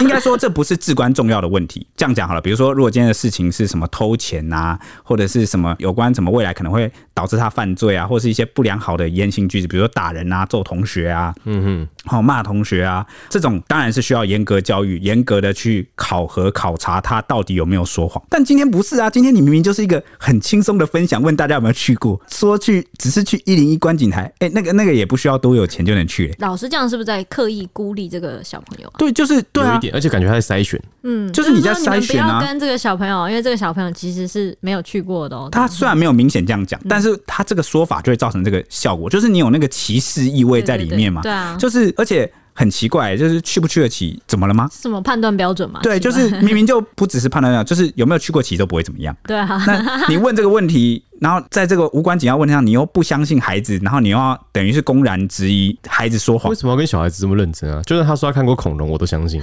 Speaker 1: 应该说这不是至关重要的问题。这样讲好了，比如说如果今天的事情是什么偷钱啊，或者是什么有关什么未来可能会导致他犯罪啊，或是一些不良好的言行举止，比如说打人啊、揍同学啊，
Speaker 3: 嗯
Speaker 1: 好骂同学啊，这种当然是需要严格教育，严格的去考核、考察他到底有没有说谎。但今天不是啊，今天你明明就是一个很轻松的分享，问大家有没有去过，说去只是去一零一观景台，哎、那个那个也不需要多有钱就能去、欸
Speaker 2: 老师这样是不是在刻意孤立这个小朋友啊？
Speaker 1: 对，就是对
Speaker 3: 有一点，而且感觉他在筛选。
Speaker 2: 嗯，
Speaker 1: 就是你在筛
Speaker 2: 就是说你
Speaker 1: 选
Speaker 2: 们
Speaker 1: 啊
Speaker 2: 不要跟这个小朋友，因为这个小朋友其实是没有去过的哦。
Speaker 1: 他虽然没有明显这样
Speaker 2: 嗯
Speaker 1: 讲，但是他这个说法就会造成这个效果，就是你有那个歧视意味
Speaker 2: 对
Speaker 1: 在里面嘛。
Speaker 2: 对对对啊，
Speaker 1: 就是而且很奇怪，就是去不去得起，怎么了吗？
Speaker 2: 什么判断标准嘛？
Speaker 1: 对，就
Speaker 2: 吧
Speaker 1: 是明明就不只是判断量，就是有没有去过棋都不会怎么 样。
Speaker 2: 对啊，
Speaker 1: 那你问这个问题，然后在这个无关紧要问题上，你又不相信孩子，然后你又要等于是公然质疑孩子说谎
Speaker 3: 为，什么要跟小孩子这么认真啊？就算他说他看过恐龙，我都相 信。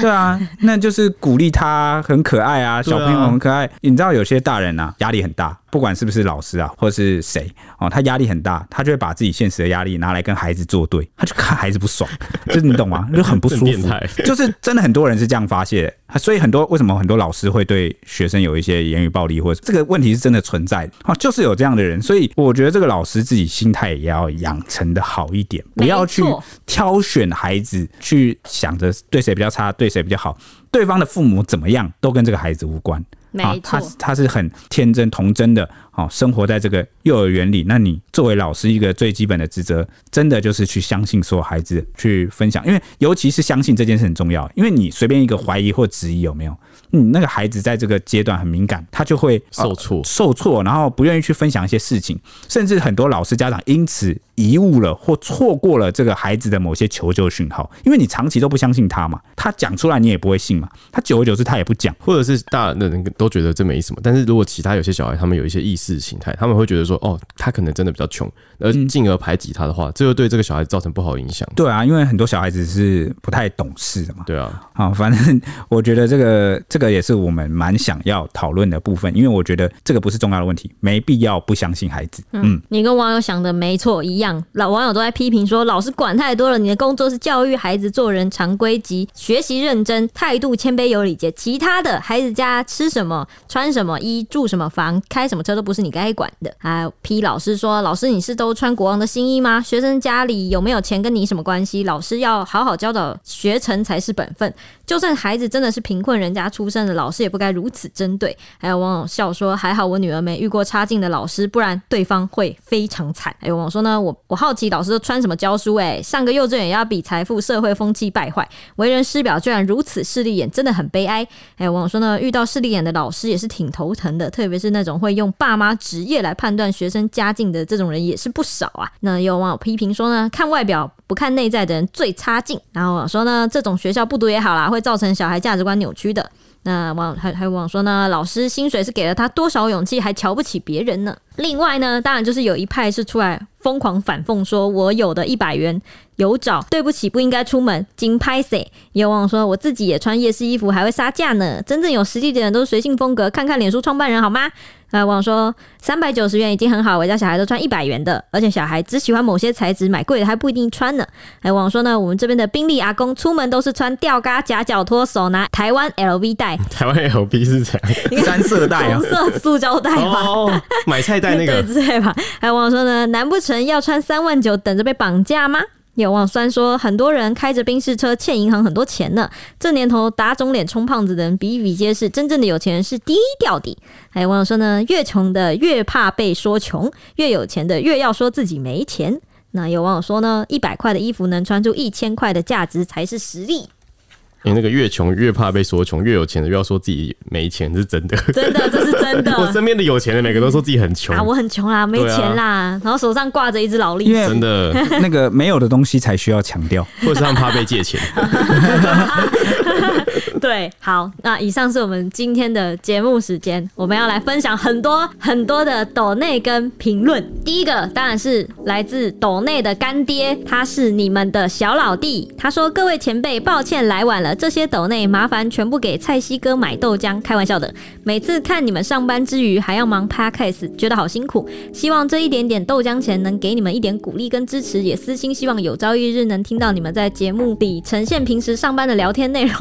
Speaker 1: 对啊，那就是鼓励他很可爱啊，
Speaker 3: 对啊
Speaker 1: 小朋友很可爱。你知道有些大人啊，压力很大，不管是不是老师啊，或是谁哦，他压力很大，他就会把自己现实的压力拿来跟孩子作对，他就看孩子不爽， 就是你懂吗？就很不舒
Speaker 3: 很变
Speaker 1: 服
Speaker 3: 态。
Speaker 1: 就是真的很多人是这样发泄的，所以很多为什么很多老师会对学生有一些言语暴力，或者这个问题是真的存在的哦，就是有这样的人，所以我觉得这个老师自己心态也要养成的好一点，不要去
Speaker 2: 没错
Speaker 1: 挑选孩子，去想着对谁比较差，对谁比较好，对方的父母怎么样都跟这个孩子无关。啊
Speaker 2: 没，
Speaker 1: 他
Speaker 2: 错，
Speaker 1: 他是很天真童真的，好、生活在这个幼儿园里。那你作为老师，一个最基本的职责，真的就是去相信所有孩子，去分享，因为尤其是相信这件事很重要。因为你随便一个怀疑或质疑有没有，你那个孩子在这个阶段很敏感，他就会呃
Speaker 3: 受挫
Speaker 1: 受挫，然后不愿意去分享一些事情，甚至很多老师家长因此遗误了或错过了这个孩子的某些求救讯号，因为你长期都不相信他嘛，他讲出来你也不会信嘛，他久而久之他也不讲。
Speaker 3: 或者是大人的人都觉得这没什么，但是如果其他有些小孩他们有一些意识形态，他们会觉得说，哦，他可能真的比较穷，而
Speaker 1: 嗯
Speaker 3: 进而排挤他的话，这就对这个小孩造成不好影响。
Speaker 1: 对啊，因为很多小孩子是不太懂事的嘛。
Speaker 3: 对啊，
Speaker 1: 啊、反正我觉得这个这个也是我们蛮想要讨论的部分，因为我觉得这个不是重要的问题，没必要不相信孩子。嗯，
Speaker 2: 你跟网友想的没错一样，老网友都在批评说老师管太多了，你的工作是教育孩子做人常规及学习认真，态度谦卑有礼节，其他的孩子家吃什么、穿什么衣、住什么房、开什么车都不是你该管的。还有批老师说，老师你是都穿国王的新衣吗？学生家里有没有钱跟你什么关系？老师要好好教导学成才是本分，就算孩子真的是贫困人家出身的，老师也不该如此针对。还有网友笑说：“还好我女儿没遇过差劲的老师，不然对方会非常惨。”还有网友说呢：“我我好奇老师都穿什么教书、欸？哎，上个幼稚园也要比财富，社会风气败坏，为人师表居然如此势利眼，真的很悲哀。”还哎有网友说呢：“遇到势利眼的老师也是挺头疼的，特别是那种会用爸妈职业来判断学生家境的这种人也是不少啊。”那也有网友批评说呢：“看外表不看内在的人最差劲。”然后网友说呢：“这种学校不读也好啦，会造成小孩价值观扭曲的。”那网还还有网友说呢，老师薪水是给了他多少勇气，还瞧不起别人呢？另外呢，当然就是有一派是出来疯狂反讽，说我有的一百元有找，对不起，不应该出门，金拍谁？也有网友说我自己也穿夜市衣服，还会杀价呢。真正有实力的人都是随性风格，看看脸书创办人好吗？还有网友说三百九十元已经很好，我家小孩都穿一百元的，而且小孩只喜欢某些材质，买贵的还不一定穿呢。还有网友说呢，我们这边的宾利阿公出门都是穿吊嘎、夹脚拖、手拿台湾 LV 袋，
Speaker 3: 台湾 LP 是这样，
Speaker 2: 你看
Speaker 1: 三色带啊
Speaker 2: 红，色塑胶袋吧。
Speaker 3: 哦，买菜袋那 个
Speaker 2: 对，之类吧。还有网友说呢，难不成要穿三万九等着被绑架吗？有网友酸说，很多人开着宾士车欠银行很多钱呢。这年头打肿脸充胖子的人比比皆是，真正的有钱人是低调的。还有网友说呢，越穷的越怕被说穷，越有钱的越要说自己没钱。那有网友说呢，一百块的衣服能穿出一千块的价值才是实力。
Speaker 3: 你、那个越穷越怕被说穷，越有钱的越要说自己没钱，是真的。
Speaker 2: 真的，这是真
Speaker 3: 我
Speaker 2: 的
Speaker 3: 身边的有钱人每个都说自己很穷，
Speaker 2: 嗯啊！我很穷啦，没
Speaker 3: 对啊
Speaker 2: 钱啦，然后手上挂着一只劳力
Speaker 1: 因
Speaker 2: 士。
Speaker 1: 为
Speaker 3: 真的，
Speaker 1: 那个没有的东西才需要强调。
Speaker 3: 或者是他们怕被 借钱。
Speaker 2: 对，好，那以上是我们今天的节目时间，我们要来分享很多很多的抖内跟评论。第一个当然是来自抖内的干爹，他是你们的小老弟，他说：“各位前辈，抱歉来晚了，这些抖内麻烦全部给蔡西哥买豆浆。”开玩笑的，每次看你们上班之余还要忙 podcast，觉得好辛苦。希望这一点点豆浆钱能给你们一点鼓励跟支持，也私心希望有朝一日能听到你们在节目里呈现平时上班的聊天内容，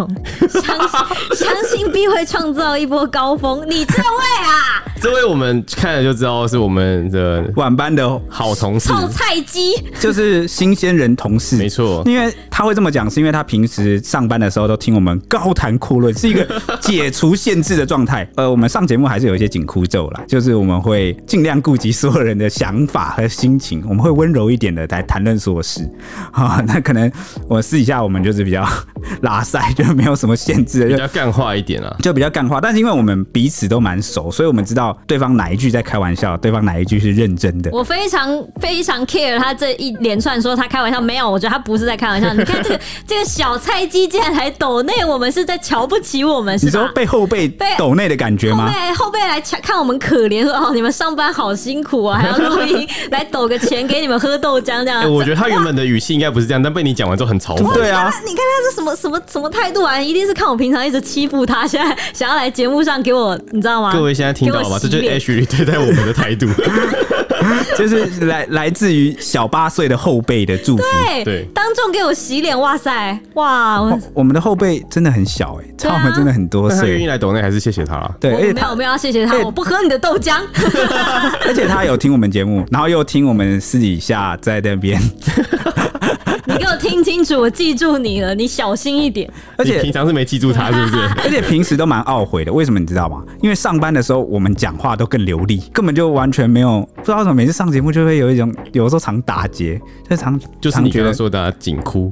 Speaker 2: 相信必会创造一波高峰。你这位啊，
Speaker 3: 这位我们看了就知道是我们的
Speaker 1: 晚班的哦
Speaker 3: 好同事，
Speaker 2: 臭菜鸡，
Speaker 1: 就是新鲜人同事，
Speaker 3: 没错
Speaker 1: 因为他会这么讲，是因为他平时上班的时候都听我们高谈阔论，是一个解除限制的状态。呃，我们上节目还是有一些紧箍咒啦，就是我们会尽量顾及所有人的想法和心情，我们会温柔一点的来谈论所有事。啊、那可能我私底下我们就是比较 拉塞，就没有什么限制的，
Speaker 3: 比
Speaker 1: 就
Speaker 3: 较干话一点啊。
Speaker 1: 就比较干话，但是因为我们彼此都蛮熟，所以我们知道对方哪一句在开玩笑，对方哪一句是认真的。
Speaker 2: 我非常非常 care 他这一连串说他开玩笑，没有，我觉得他不是在开玩笑。你 看这个这个小菜鸡竟然还抖内，我们是在瞧不起我们
Speaker 1: 你
Speaker 2: 是
Speaker 1: 说
Speaker 2: 吧？
Speaker 1: 被后辈
Speaker 2: 被
Speaker 1: 抖内的感觉
Speaker 2: 后
Speaker 1: 吗？
Speaker 2: 辈后辈来瞧看我们可怜说哦，你们上班好辛苦啊，还要录音来抖个钱给你们喝豆浆这样。
Speaker 3: 哎、我觉得他原本的语气应该不是这样，但被你讲完之后很嘲讽。
Speaker 1: 对啊，
Speaker 2: 你看他是什么什么什么态度啊？一定是看我平常一直欺负他，现在想要来节目上给我，你知道吗？
Speaker 3: 各位现在听到
Speaker 2: 给
Speaker 3: 了吧？这
Speaker 2: 我洗
Speaker 3: 就是
Speaker 2: 脸
Speaker 3: H 对待我们 的态度。
Speaker 1: 就是来来自于小八岁的后辈的祝福。
Speaker 2: 对
Speaker 3: 对
Speaker 2: 哎当众给我洗脸，哇塞，哇，我
Speaker 1: 哇哦我们的后辈真的很小哎、欸，差
Speaker 2: 啊
Speaker 1: 我们真的很多
Speaker 3: 但他愿意
Speaker 1: 岁。
Speaker 3: 来抖内，还是谢谢他啊啦。
Speaker 1: 对，
Speaker 2: 我
Speaker 1: 而且
Speaker 2: 没
Speaker 1: 他
Speaker 2: 有没有要谢谢他
Speaker 1: 哎，
Speaker 2: 我不喝你的豆浆。
Speaker 1: 而且他有听我们节目，然后又听我们私底下在那 边，
Speaker 2: 你给我听清楚，我记住你了，你小心一点。
Speaker 1: 而
Speaker 3: 你
Speaker 1: 且
Speaker 3: 平常是没记住他，是不 是？
Speaker 1: 而且平时都蛮懊悔的。为什么你知道吗？因为上班的时候我们讲话都更流利，根本就完全没有不知道为什么每次上节目就会有一种有时候常打结，就常
Speaker 3: 就是
Speaker 1: 常
Speaker 3: 你
Speaker 1: 觉
Speaker 3: 刚
Speaker 1: 得
Speaker 3: 刚说的啊紧箍，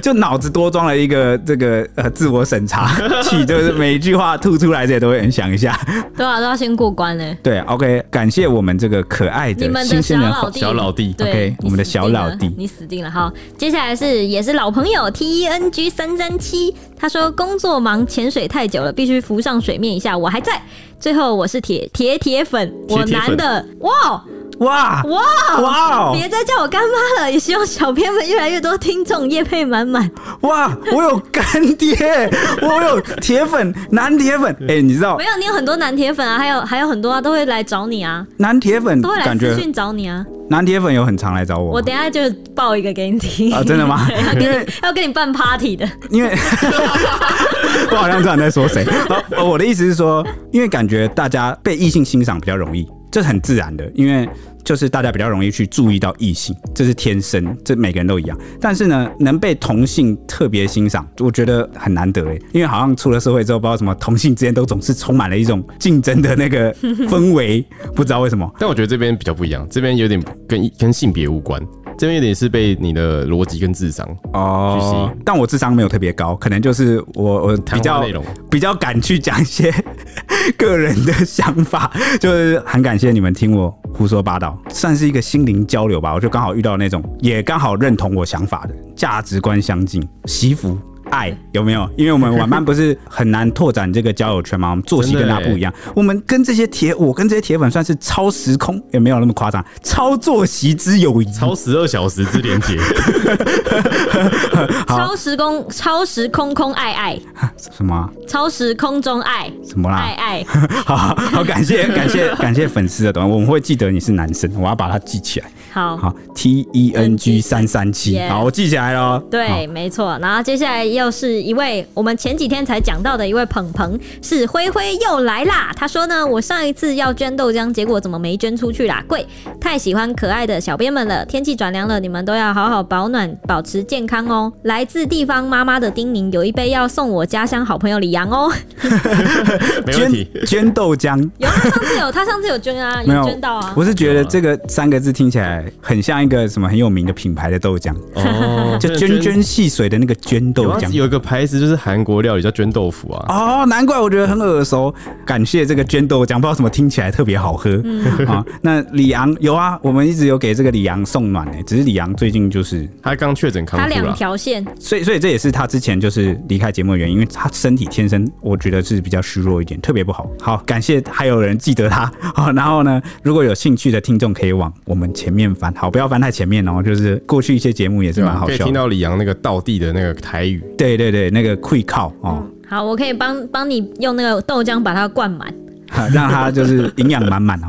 Speaker 1: 就脑子多装了一个这个呃自我审查器， 就是每一句话吐出来这都会很想一下。
Speaker 2: 对啊，都要先过关呢、
Speaker 1: 对，OK，感谢我们这个可爱
Speaker 2: 你们
Speaker 1: 新
Speaker 2: 的
Speaker 1: 鲜
Speaker 2: 小
Speaker 1: 人
Speaker 2: 老弟，
Speaker 3: 小老弟
Speaker 2: 对
Speaker 1: OK，
Speaker 2: 你
Speaker 1: 我们的
Speaker 2: 死定
Speaker 1: 小老
Speaker 2: 了
Speaker 1: 弟
Speaker 2: 你死定了。好，接下来是也是老朋友 T E N G 三三七，他说工作忙，潜水太久了，必须浮上水面一下，我还在。最后我是铁铁铁粉，我
Speaker 3: 铁铁
Speaker 2: 男
Speaker 3: 粉
Speaker 2: 的哇
Speaker 1: 哇
Speaker 2: 哇
Speaker 1: 哇哦
Speaker 2: 别再叫我干妈了，也希望小编们越来越多听众，业配满满。
Speaker 1: 哇！我有干爹， 我有铁粉，男铁粉。哎、你知道
Speaker 2: 没有，你有很多男铁粉啊，还有还有很多啊，都会来找你啊，
Speaker 1: 男铁粉
Speaker 2: 都会来
Speaker 1: 感
Speaker 2: 私
Speaker 1: 觉
Speaker 2: 讯找你啊。
Speaker 1: 男铁粉有很常来找我
Speaker 2: 我
Speaker 1: 吗。
Speaker 2: 等一下就报一个给你听
Speaker 1: 啊真的吗
Speaker 2: 对要跟你要跟你办 party 的，
Speaker 1: 因为 我好像知道你在说谁。哦我的意思是说，因为感觉大家被异性欣赏比较容易，这是很自然的，因为就是大家比较容易去注意到异性，这是天生，这每个人都一样。但是呢，能被同性特别欣赏，我觉得很难得诶，欸因为好像出了社会之后，不知道为什么同性之间都总是充满了一种竞争的那个 氛围，不知道为什么。
Speaker 3: 但我觉得这边比较不一样，这边有点跟跟性别无关，这边有点是被你的逻辑跟智商。
Speaker 1: 哦
Speaker 3: 去，
Speaker 1: 但我智商没有特别高，可能就是我我比
Speaker 3: 谈
Speaker 1: 较
Speaker 3: 话内容
Speaker 1: 比较敢去讲一些个人的想法，就是很感谢你们听我胡说八道，算是一个心灵交流吧。我就刚好遇到那种也刚好认同我想法的，价值观相近，惜福。爱有没有？因为我们晚班不是很难拓展这个交友圈嘛，我们作息跟
Speaker 3: 真的
Speaker 1: 他不
Speaker 3: 欸
Speaker 1: 一样。我们跟这些铁，我跟这些铁粉算是超时空，也没有那么夸张，超作息之友谊。
Speaker 3: 超十二小时之连 接，
Speaker 2: 超时空超时空空爱爱，
Speaker 1: 什么啊
Speaker 2: 超时空中爱
Speaker 1: 什么啦？
Speaker 2: 爱爱，
Speaker 1: 好 好，感谢感谢感谢粉丝的懂，我们会记得你是男生，我要把它记起来。
Speaker 2: 好。
Speaker 1: 好，T E N G 三三七，
Speaker 2: Yes
Speaker 1: 好，我记起来了。好
Speaker 2: 对，没错。然后接下来又是一位我们前几天才讲到的一位鹏鹏，是灰灰又来啦。他说呢，我上一次要捐豆浆，结果怎么没捐出去啦？贵，太喜欢可爱的小编们了。天气转凉了，你们都要好好保暖，保持健康哦。来自地方妈妈的叮咛，有一杯要送我家乡好朋友李阳哦。
Speaker 3: 没问题。
Speaker 1: 捐捐豆浆。
Speaker 2: 有，他上次有，他上次有捐啊，
Speaker 1: 没
Speaker 2: 有
Speaker 1: 有
Speaker 2: 捐到啊，。
Speaker 1: 我是觉得这个三个字听起来很像一个什么很有名的品牌的豆浆，
Speaker 3: 哦，
Speaker 1: 就涓涓细水的那个捐豆
Speaker 3: 有啊
Speaker 1: 浆。
Speaker 3: 有一个牌子就是韩国料理叫捐豆腐啊，
Speaker 1: 哦，难怪我觉得很耳熟。感谢这个捐豆浆，不知道怎么听起来特别 好喝啊、那李昂有啊，我们一直有给这个李昂送暖呢、欸只是李昂最近就是
Speaker 3: 他刚确诊康
Speaker 2: 他
Speaker 3: 复
Speaker 2: 两
Speaker 3: 了。
Speaker 2: 条线，
Speaker 1: 所以，所以这也是他之前就是离开节目的原因，因为他身体天生我觉得是比较虚弱一点，特别不好。好，感谢还有人记得他。 好，然后呢，如果有兴趣的听众可以往我们前面翻，好，不要翻太前面哦，就是过去一些节目也是
Speaker 3: 对
Speaker 1: 蛮
Speaker 3: 吧？
Speaker 1: 好
Speaker 3: 可以
Speaker 1: 笑
Speaker 3: 听
Speaker 1: 的。
Speaker 3: 到李阳那个道地的那个台语，
Speaker 1: 对对对，那个会靠哦，
Speaker 2: 好，我可以帮帮你用那个豆浆把它灌满。
Speaker 1: 哈
Speaker 3: 嗯
Speaker 1: 让他就是营养满 满哦。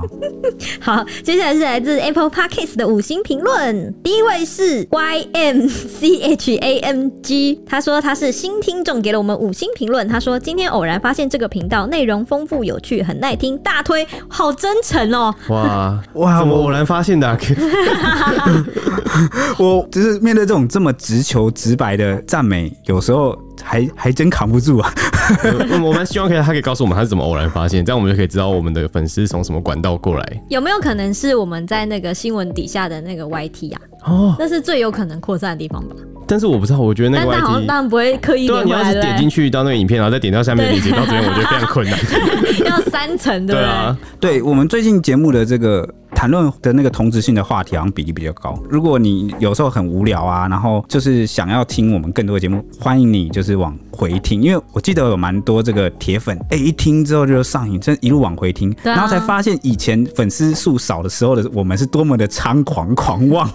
Speaker 2: 好，接下来是来自 Apple Podcast 的五星评论，第一位是 Y M C H A M G，他说他是新听众，给了我们五星评论。他说今天偶然发现这个频道，内容丰富有趣，很耐听，大推，好真诚哦。
Speaker 3: 哇
Speaker 1: 哇
Speaker 3: 怎么
Speaker 1: 我
Speaker 3: 偶然发 现的、啊？
Speaker 1: 我就是面对这种这么直球直白的赞美，有时候还还真扛不住啊。
Speaker 3: 我我蛮希望可以他可以告诉我们他是怎么偶然发现，这样我们就可以知道我们的粉丝从什么管道过来。
Speaker 2: 有没有可能是我们在那个新闻底下的那个 YT 啊？
Speaker 3: 哦，
Speaker 2: 那是最有可能扩散的地方吧？
Speaker 3: 但是我不知道，我觉得那
Speaker 2: 但
Speaker 3: 个
Speaker 2: 他好像
Speaker 3: YT，
Speaker 2: 当然不会刻意
Speaker 3: 对啊，
Speaker 2: 连
Speaker 3: 你
Speaker 2: 回
Speaker 3: 要
Speaker 2: 来
Speaker 3: 是点进
Speaker 2: 了，
Speaker 3: 去到那个影片，然后再点到下 面的链接，
Speaker 2: 对
Speaker 3: 到这边我觉得非常 困难。
Speaker 2: 要三层，对不
Speaker 3: 对
Speaker 2: 对？
Speaker 3: 啊，
Speaker 1: 对我们最近节目的这个谈论的那个同质性的话题，好像比例比较高。如果你有时候很无聊啊，然后就是想要听我们更多的节目，欢迎你就是往回听，因为我记得有蛮多这个铁粉，哎、一听之后就上瘾，真的一路往回听，
Speaker 2: 对啊
Speaker 1: 然后才发现以前粉丝数少的时候的我们是多么的猖狂狂妄，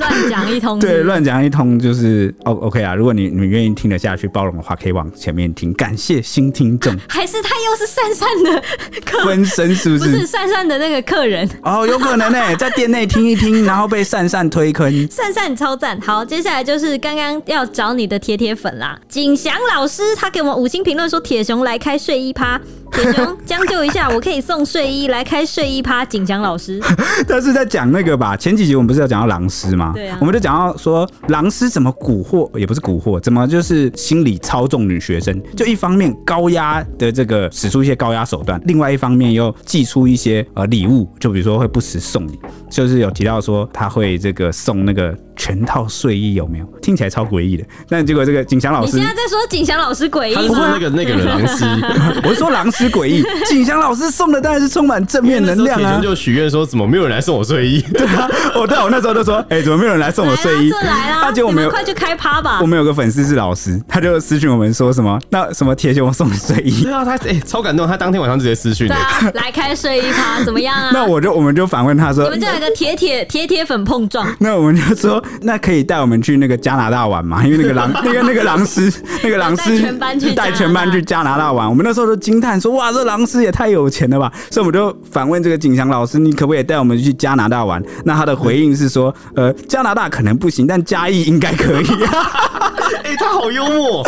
Speaker 2: 乱讲一通，
Speaker 1: 对，乱讲一通就是哦 OK 啊，如果你你愿意听得下去包容的话，可以往前面听。感谢新听 众
Speaker 2: 还是他又是善善的客
Speaker 1: 分身是不
Speaker 2: 不是珊珊的那个客人，
Speaker 1: 哦，有可能呢、 在店内听一听，然后被善善推坑。
Speaker 2: 珊珊超赞。好，接下来就是刚刚要找你的铁铁粉啦，景祥老师，他给我们五星评论说铁熊来开睡衣趴，铁熊将就一 下，我可以送睡衣来开睡衣趴。景祥老师，
Speaker 1: 但是在讲那个吧，前几集我们不是有讲到狼师吗？
Speaker 2: 对啊
Speaker 1: 我们就讲到说狼师怎么蛊惑，也不是蛊惑，怎么就是心理操纵女学生。就一方面高压的这个使出一些高压手段，另外一方面又寄出一些呃礼物，就比如说会不时送礼，就是有提到说他会这个送那个全套睡衣，有没有？听起来超诡异的。但结果这个景祥老
Speaker 2: 你
Speaker 1: 师
Speaker 2: 现在在说景祥老师诡
Speaker 3: 他
Speaker 1: 哎
Speaker 2: 异
Speaker 3: 是说
Speaker 2: 吗
Speaker 3: 那？个那个人狼师，
Speaker 1: 我是说狼师诡异，景祥老师送的当然是充满正面能量
Speaker 3: 那时候铁
Speaker 1: 啊
Speaker 3: 熊！就许愿说怎么没有人来送我睡 衣？
Speaker 1: 对啊， 我对啊我那时候就说，哎、怎么没有人来送我睡衣？
Speaker 2: 来啦这来啦，
Speaker 1: 啊结果我
Speaker 2: 你
Speaker 1: 们
Speaker 2: 们
Speaker 1: 有
Speaker 2: 快去啊开趴吧
Speaker 1: 我。们有个粉丝是老师，他就私讯我们说什么，那什么铁熊送的睡衣，
Speaker 3: 对啊，他哎、超感动，他当天晚上直接私讯
Speaker 2: 对
Speaker 3: 的。
Speaker 2: 啊，来开睡衣趴怎么样 啊？
Speaker 1: 那我就我们就反问他
Speaker 2: 你
Speaker 1: 说
Speaker 2: 们。就有个铁铁铁铁粉碰撞，
Speaker 1: 那我们就说，那可以带我们去那个加拿大玩吗？因为那个狼，那个那个狼师，那个狼
Speaker 2: 带
Speaker 1: 师
Speaker 2: 全班去加拿大
Speaker 1: 带全班去加拿大玩。我们那时候都惊叹说，哇，这狼师也太有钱了吧！所以我们就反问这个景祥老师，你可不可以带我们去加拿大玩？那他的回应是说，呃，加拿大可能不行，但嘉义应该可 以。
Speaker 3: 哎、他好幽默，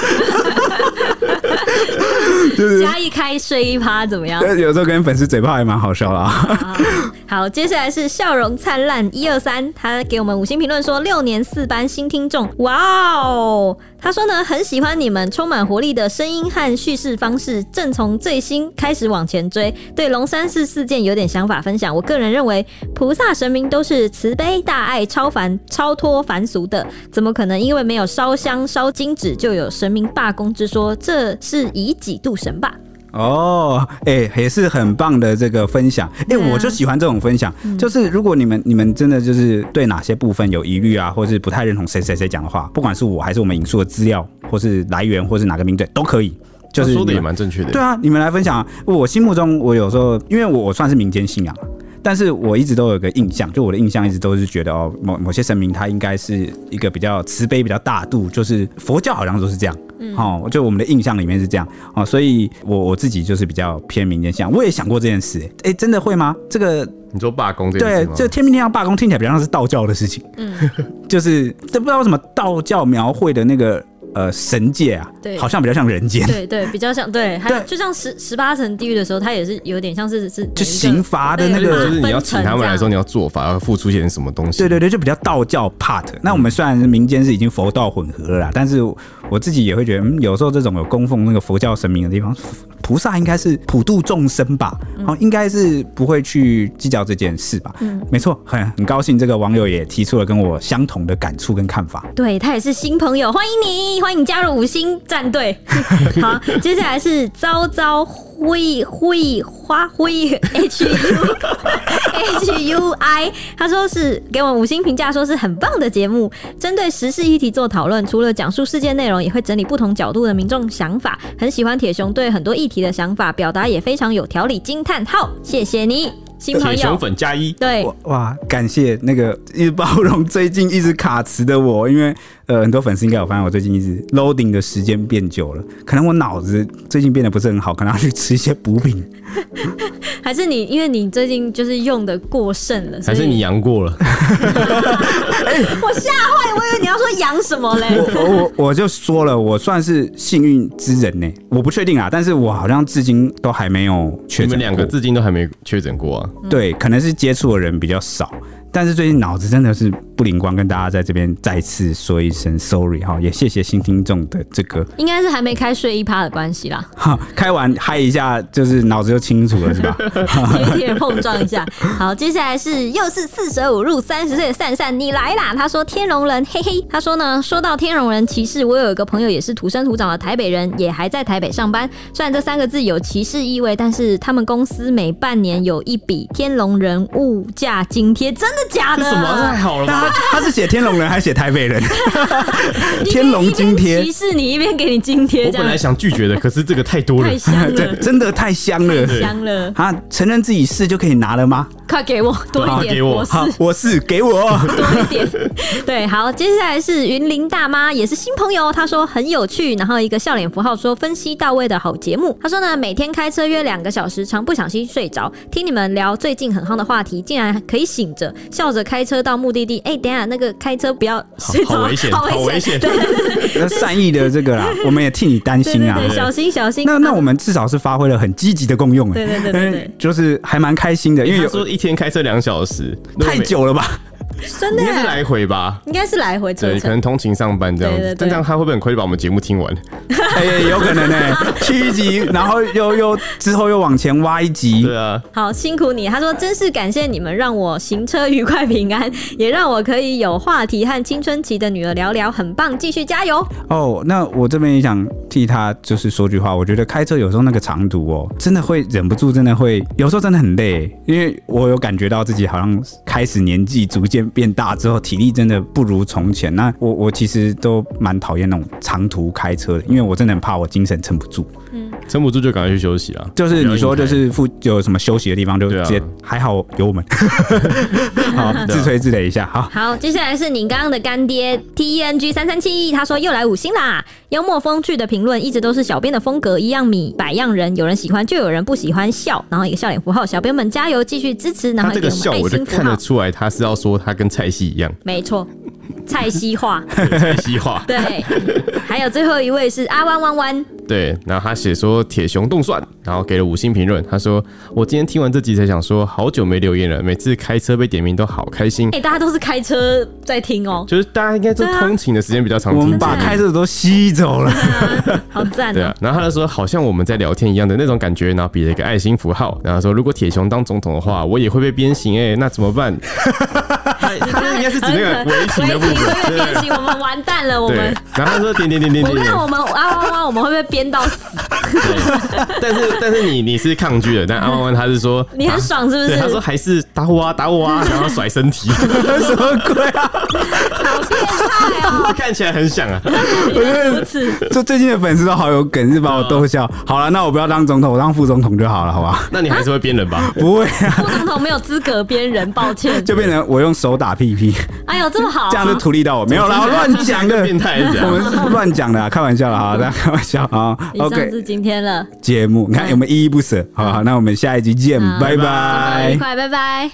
Speaker 2: 嘉义开睡衣趴怎么样？
Speaker 1: 但有时候跟粉丝嘴炮还蛮好笑的啊。
Speaker 2: 好，接下来是笑容灿烂一二三，他给我们五星评论说六年四班新听众，哇哦！他说呢，很喜欢你们充满活力的声音和叙事方式，正从最新开始往前追，对龙山寺事件有点想法分享。我个人认为，菩萨神明都是慈悲大爱、超凡超脱凡俗的，怎么可能因为没有烧香烧金纸就有神明罢工之说？这是以己度神吧？
Speaker 1: 哦，哎、也是很棒的这个分享。哎、
Speaker 2: 对啊嗯
Speaker 1: 我就喜欢这种分享，就是如果你们你们真的就是对哪些部分有疑虑啊，或是不太认同谁谁谁讲的话，不管是我还是我们引述的资料，或是来源，或是哪个名队都可以。就是
Speaker 3: 他说的
Speaker 1: 你
Speaker 3: 也
Speaker 1: 们
Speaker 3: 蛮正确的。
Speaker 1: 对啊，你们来分享、啊。我心目中，我有时候因为我我算是民间信仰，但是我一直都有个印象，就我的印象一直都是觉得哦，某某些神明他应该是一个比较慈悲、比较大度，就是佛教好像都是这样。哦，就我们的印象里面是这样哦，所以我我自己就是比较偏民间信仰。我也想过这件事、欸，哎、真的会吗？这个
Speaker 3: 你说罢工这件事
Speaker 1: 对
Speaker 3: 吗，
Speaker 1: 这天命天堂罢工听起来比较像是道教的事情，嗯， 就是这不知道为什么道教描绘的那个呃神界啊，
Speaker 2: 对
Speaker 1: 好像比较像人间，
Speaker 2: 对对，比较像对，还
Speaker 1: 对
Speaker 2: 就像十十八层地狱的时候，它也是有点像是是
Speaker 1: 就刑罚的那
Speaker 2: 对
Speaker 1: 个
Speaker 3: 就是你要请他们来
Speaker 2: 分成这
Speaker 3: 说，
Speaker 2: 样
Speaker 3: 你要做法，要付出一点什么东西。
Speaker 1: 对对对，就比较道教 part。那我们虽然是民间是已经佛道混合了啦，但是我自己也会觉得，嗯，有时候这种有供奉那个佛教神明的地方，菩萨应该是普度众生吧，哦，应该是不会去计较这件事吧。嗯，没错，很很高兴这个网友也提出了跟我相同的感触跟看法。
Speaker 2: 对他也是新朋友，欢迎你，欢迎你加入五星战 队。好，接下来是糟糟灰灰花灰 H U H U I，他说是给我们五星评价，说是很棒的节目，针对时事议题做讨论，除了讲述事件内容，也会整理不同角度的民众想法，很喜欢铁熊对很多议题的想法，表达也非常有条理。惊叹号，谢谢你。新朋
Speaker 3: 铁
Speaker 2: 友
Speaker 3: 熊，粉加一，
Speaker 2: 对，
Speaker 1: 哇哇，感谢那个一直包容最近一直卡词的我，因为呃很多粉丝应该有发现我最近一直 loading 的时间变久了，可能我脑子最近变得不是很好，可能要去吃一些补品。
Speaker 2: 还是你，因为你最近就是用的过剩了，所
Speaker 3: 还
Speaker 2: 以
Speaker 3: 是你阳过了？
Speaker 2: 我吓坏，我以为你要说养什么嘞？
Speaker 1: 我我我就说了，我算是幸运之人呢、我不确定啊，但是我好像至今都还没有确诊
Speaker 3: 你
Speaker 1: 过。
Speaker 3: 们两个至今都还没确诊过啊？
Speaker 1: 对，可能是接触的人比较少，但是最近脑子真的是不灵光，跟大家在这边再次说一声 sorry 哈，也谢谢新听众的这个
Speaker 2: 应该是还没开睡一趴的关系啦，
Speaker 1: 哈，开完嗨一下，就是脑子就清楚了是 吧？
Speaker 2: 有点碰撞一下。好，接下来是又是四舍五入三十岁的散散，你来啦！他说天龙人，嘿嘿。他说呢，说到天龙人歧视，我有一个朋友也是土生土长的台北人，也还在台北上班。虽然这三个字有歧视意味，但是他们公司每半年有一笔天龙人物价津贴，真的假
Speaker 3: 这
Speaker 2: 的？
Speaker 3: 什么？这啊太好了吧？
Speaker 1: 他他是写天龙人还是写台北人？
Speaker 2: 你一边
Speaker 1: 天龙津贴
Speaker 2: 一边歧视你，一边给你津贴，
Speaker 3: 我
Speaker 2: 这
Speaker 3: 本
Speaker 2: 样
Speaker 3: 来想拒绝的，可是这个啊太多了
Speaker 2: 太。香
Speaker 1: 对，
Speaker 2: 了，
Speaker 1: 真的太香了。
Speaker 2: 香了。
Speaker 1: 啊！承认自己是就可以拿了吗？
Speaker 2: 快给我多一
Speaker 3: 好
Speaker 2: 点，
Speaker 3: 给我
Speaker 2: 我是
Speaker 1: 好，我是给我。
Speaker 2: 多一点。 对，好，接下来是云林大妈，也是新朋友，她说很有趣，然后一个笑脸符号说分析到位的好节目。她说呢，每天开车约两个小时，常不小心睡着，听你们聊最近很夯的话题，竟然可以醒着笑着开车到目的地。哎、等一下那个开车不要睡着，
Speaker 3: 好危险，
Speaker 2: 好
Speaker 3: 好危
Speaker 2: 危险，
Speaker 3: 险！
Speaker 1: 那 善意的这个 啦，我们也替你担
Speaker 2: 对对
Speaker 1: 心啊。
Speaker 2: 对，小心小心。
Speaker 1: 那那我们至少是发挥了很积极的功用哎、
Speaker 2: 对对对对对
Speaker 1: 嗯就是还蛮开心的，因为
Speaker 3: 他
Speaker 1: 有
Speaker 3: 说一天开车两小时，
Speaker 1: 太，久了吧？
Speaker 2: 真的
Speaker 3: 应该是来回吧？
Speaker 2: 应该是来回车
Speaker 3: 对，可
Speaker 2: 程。
Speaker 3: 能通勤上班这样
Speaker 2: 对对
Speaker 3: 子
Speaker 2: 对，
Speaker 3: 但这样他会不会很快就把我们节目听完？
Speaker 1: 哎、有可能哎、 七集，然后又又之后又往前挖一集
Speaker 3: 对，啊，
Speaker 2: 好辛苦你，他说真是感谢你们让我行车愉快平安， 也让我可以有话题和青春期的女儿聊聊，很棒，继续加油！
Speaker 1: 哦，那我这边也想替他就是说句话，我觉得开车有时候那个长途哦，真的会忍不住，真的会有时候真的很累，因为我有感觉到自己好像开始年纪逐渐变大之后，体力真的不如从前。那我我其实都蛮讨厌那种长途开车的，因为我真的很怕我精神撑不住。
Speaker 3: 撑不住就赶快去休息啊！
Speaker 1: 就是你说就
Speaker 3: 不要硬
Speaker 1: 是附有什么休息的地方就
Speaker 3: 对
Speaker 1: 直
Speaker 3: 啊
Speaker 1: 接、还好有我 们，好自吹自擂一下，好。
Speaker 2: 好，接下来是你刚刚的干爹 T E N G 三三七，他说又来五星啦，幽默风趣的评论一直都是小编的风格，一样米百样人，有人喜欢就有人不喜欢笑，然后一个笑脸符号，小编们加油，继续支持，然
Speaker 3: 他
Speaker 2: 后
Speaker 3: 这
Speaker 2: 一个
Speaker 3: 个笑，
Speaker 2: 我
Speaker 3: 我
Speaker 2: 们
Speaker 3: 就
Speaker 2: 爱心符
Speaker 3: 看得
Speaker 2: 号，
Speaker 3: 出来，他是要说他跟蔡西一样，
Speaker 2: 没错，蔡西话，
Speaker 3: 蔡西话。
Speaker 2: 对，还有最后一位是阿弯弯弯，
Speaker 3: 对，然后他写说铁熊动算，然后给了五星评论。他说：“我今天听完这集才想说，好久没留言了，每次开车被点名都好开心。
Speaker 2: 哎、大家都是开车在听哦、
Speaker 3: 就是大家应该都
Speaker 2: 对啊
Speaker 3: 通勤的时间比较长
Speaker 1: 我
Speaker 3: 听
Speaker 1: 们
Speaker 3: 节
Speaker 1: 把
Speaker 3: 目
Speaker 1: 开车的都吸走了，
Speaker 2: 好赞
Speaker 3: 对
Speaker 2: 哦、
Speaker 3: 啊，然后他就说好像我们在聊天一样的那种感觉，然后比了一个爱心符号，然后说如果铁熊当总统的话，我也会被鞭刑哎、那怎么办？他 他那应该是指那个围
Speaker 2: 所
Speaker 3: 棋
Speaker 2: 以
Speaker 3: 的部分，
Speaker 2: 这个变形， 我们完蛋了，我
Speaker 3: 对
Speaker 2: 们。
Speaker 3: 然后他说点点点点
Speaker 2: 我
Speaker 3: 点点
Speaker 2: 看，我们啊哇哇，我们会不会编到 死？
Speaker 3: 对但是但是你你是抗拒的，但阿弯弯他是说
Speaker 2: 你很爽是不
Speaker 3: 对，
Speaker 2: 是？
Speaker 3: 他说还是打我啊打我啊，然后甩身体，
Speaker 1: 什么鬼啊？
Speaker 2: 好变态哦、
Speaker 3: 看起来很想啊，
Speaker 1: 我觉
Speaker 2: 如
Speaker 1: 得
Speaker 2: 此
Speaker 1: 这最近的粉丝都好有梗，是把我逗笑。好了，那我不要当总统，我当副总统就好了，好吧？
Speaker 3: 那你还是会编人吧？
Speaker 1: 不会啊，
Speaker 2: 副总统没有资格编人，抱 歉。
Speaker 1: 就变成我用手打屁 屁，
Speaker 2: 哎呦，这么好、
Speaker 1: 这样就图利到我没有啦，我乱讲的，
Speaker 3: 变态是这
Speaker 1: 我们
Speaker 3: 样。
Speaker 1: 是乱讲的啊，开玩笑啦，好，大家开玩笑啊。
Speaker 2: 以上
Speaker 1: OK，
Speaker 2: 是今天了，
Speaker 1: 节目你看有没有依依不舍？好好，那我们下一集见，
Speaker 2: 好
Speaker 1: 拜
Speaker 2: 祝大家
Speaker 3: 哎
Speaker 1: 拜
Speaker 2: 愉。快，拜拜。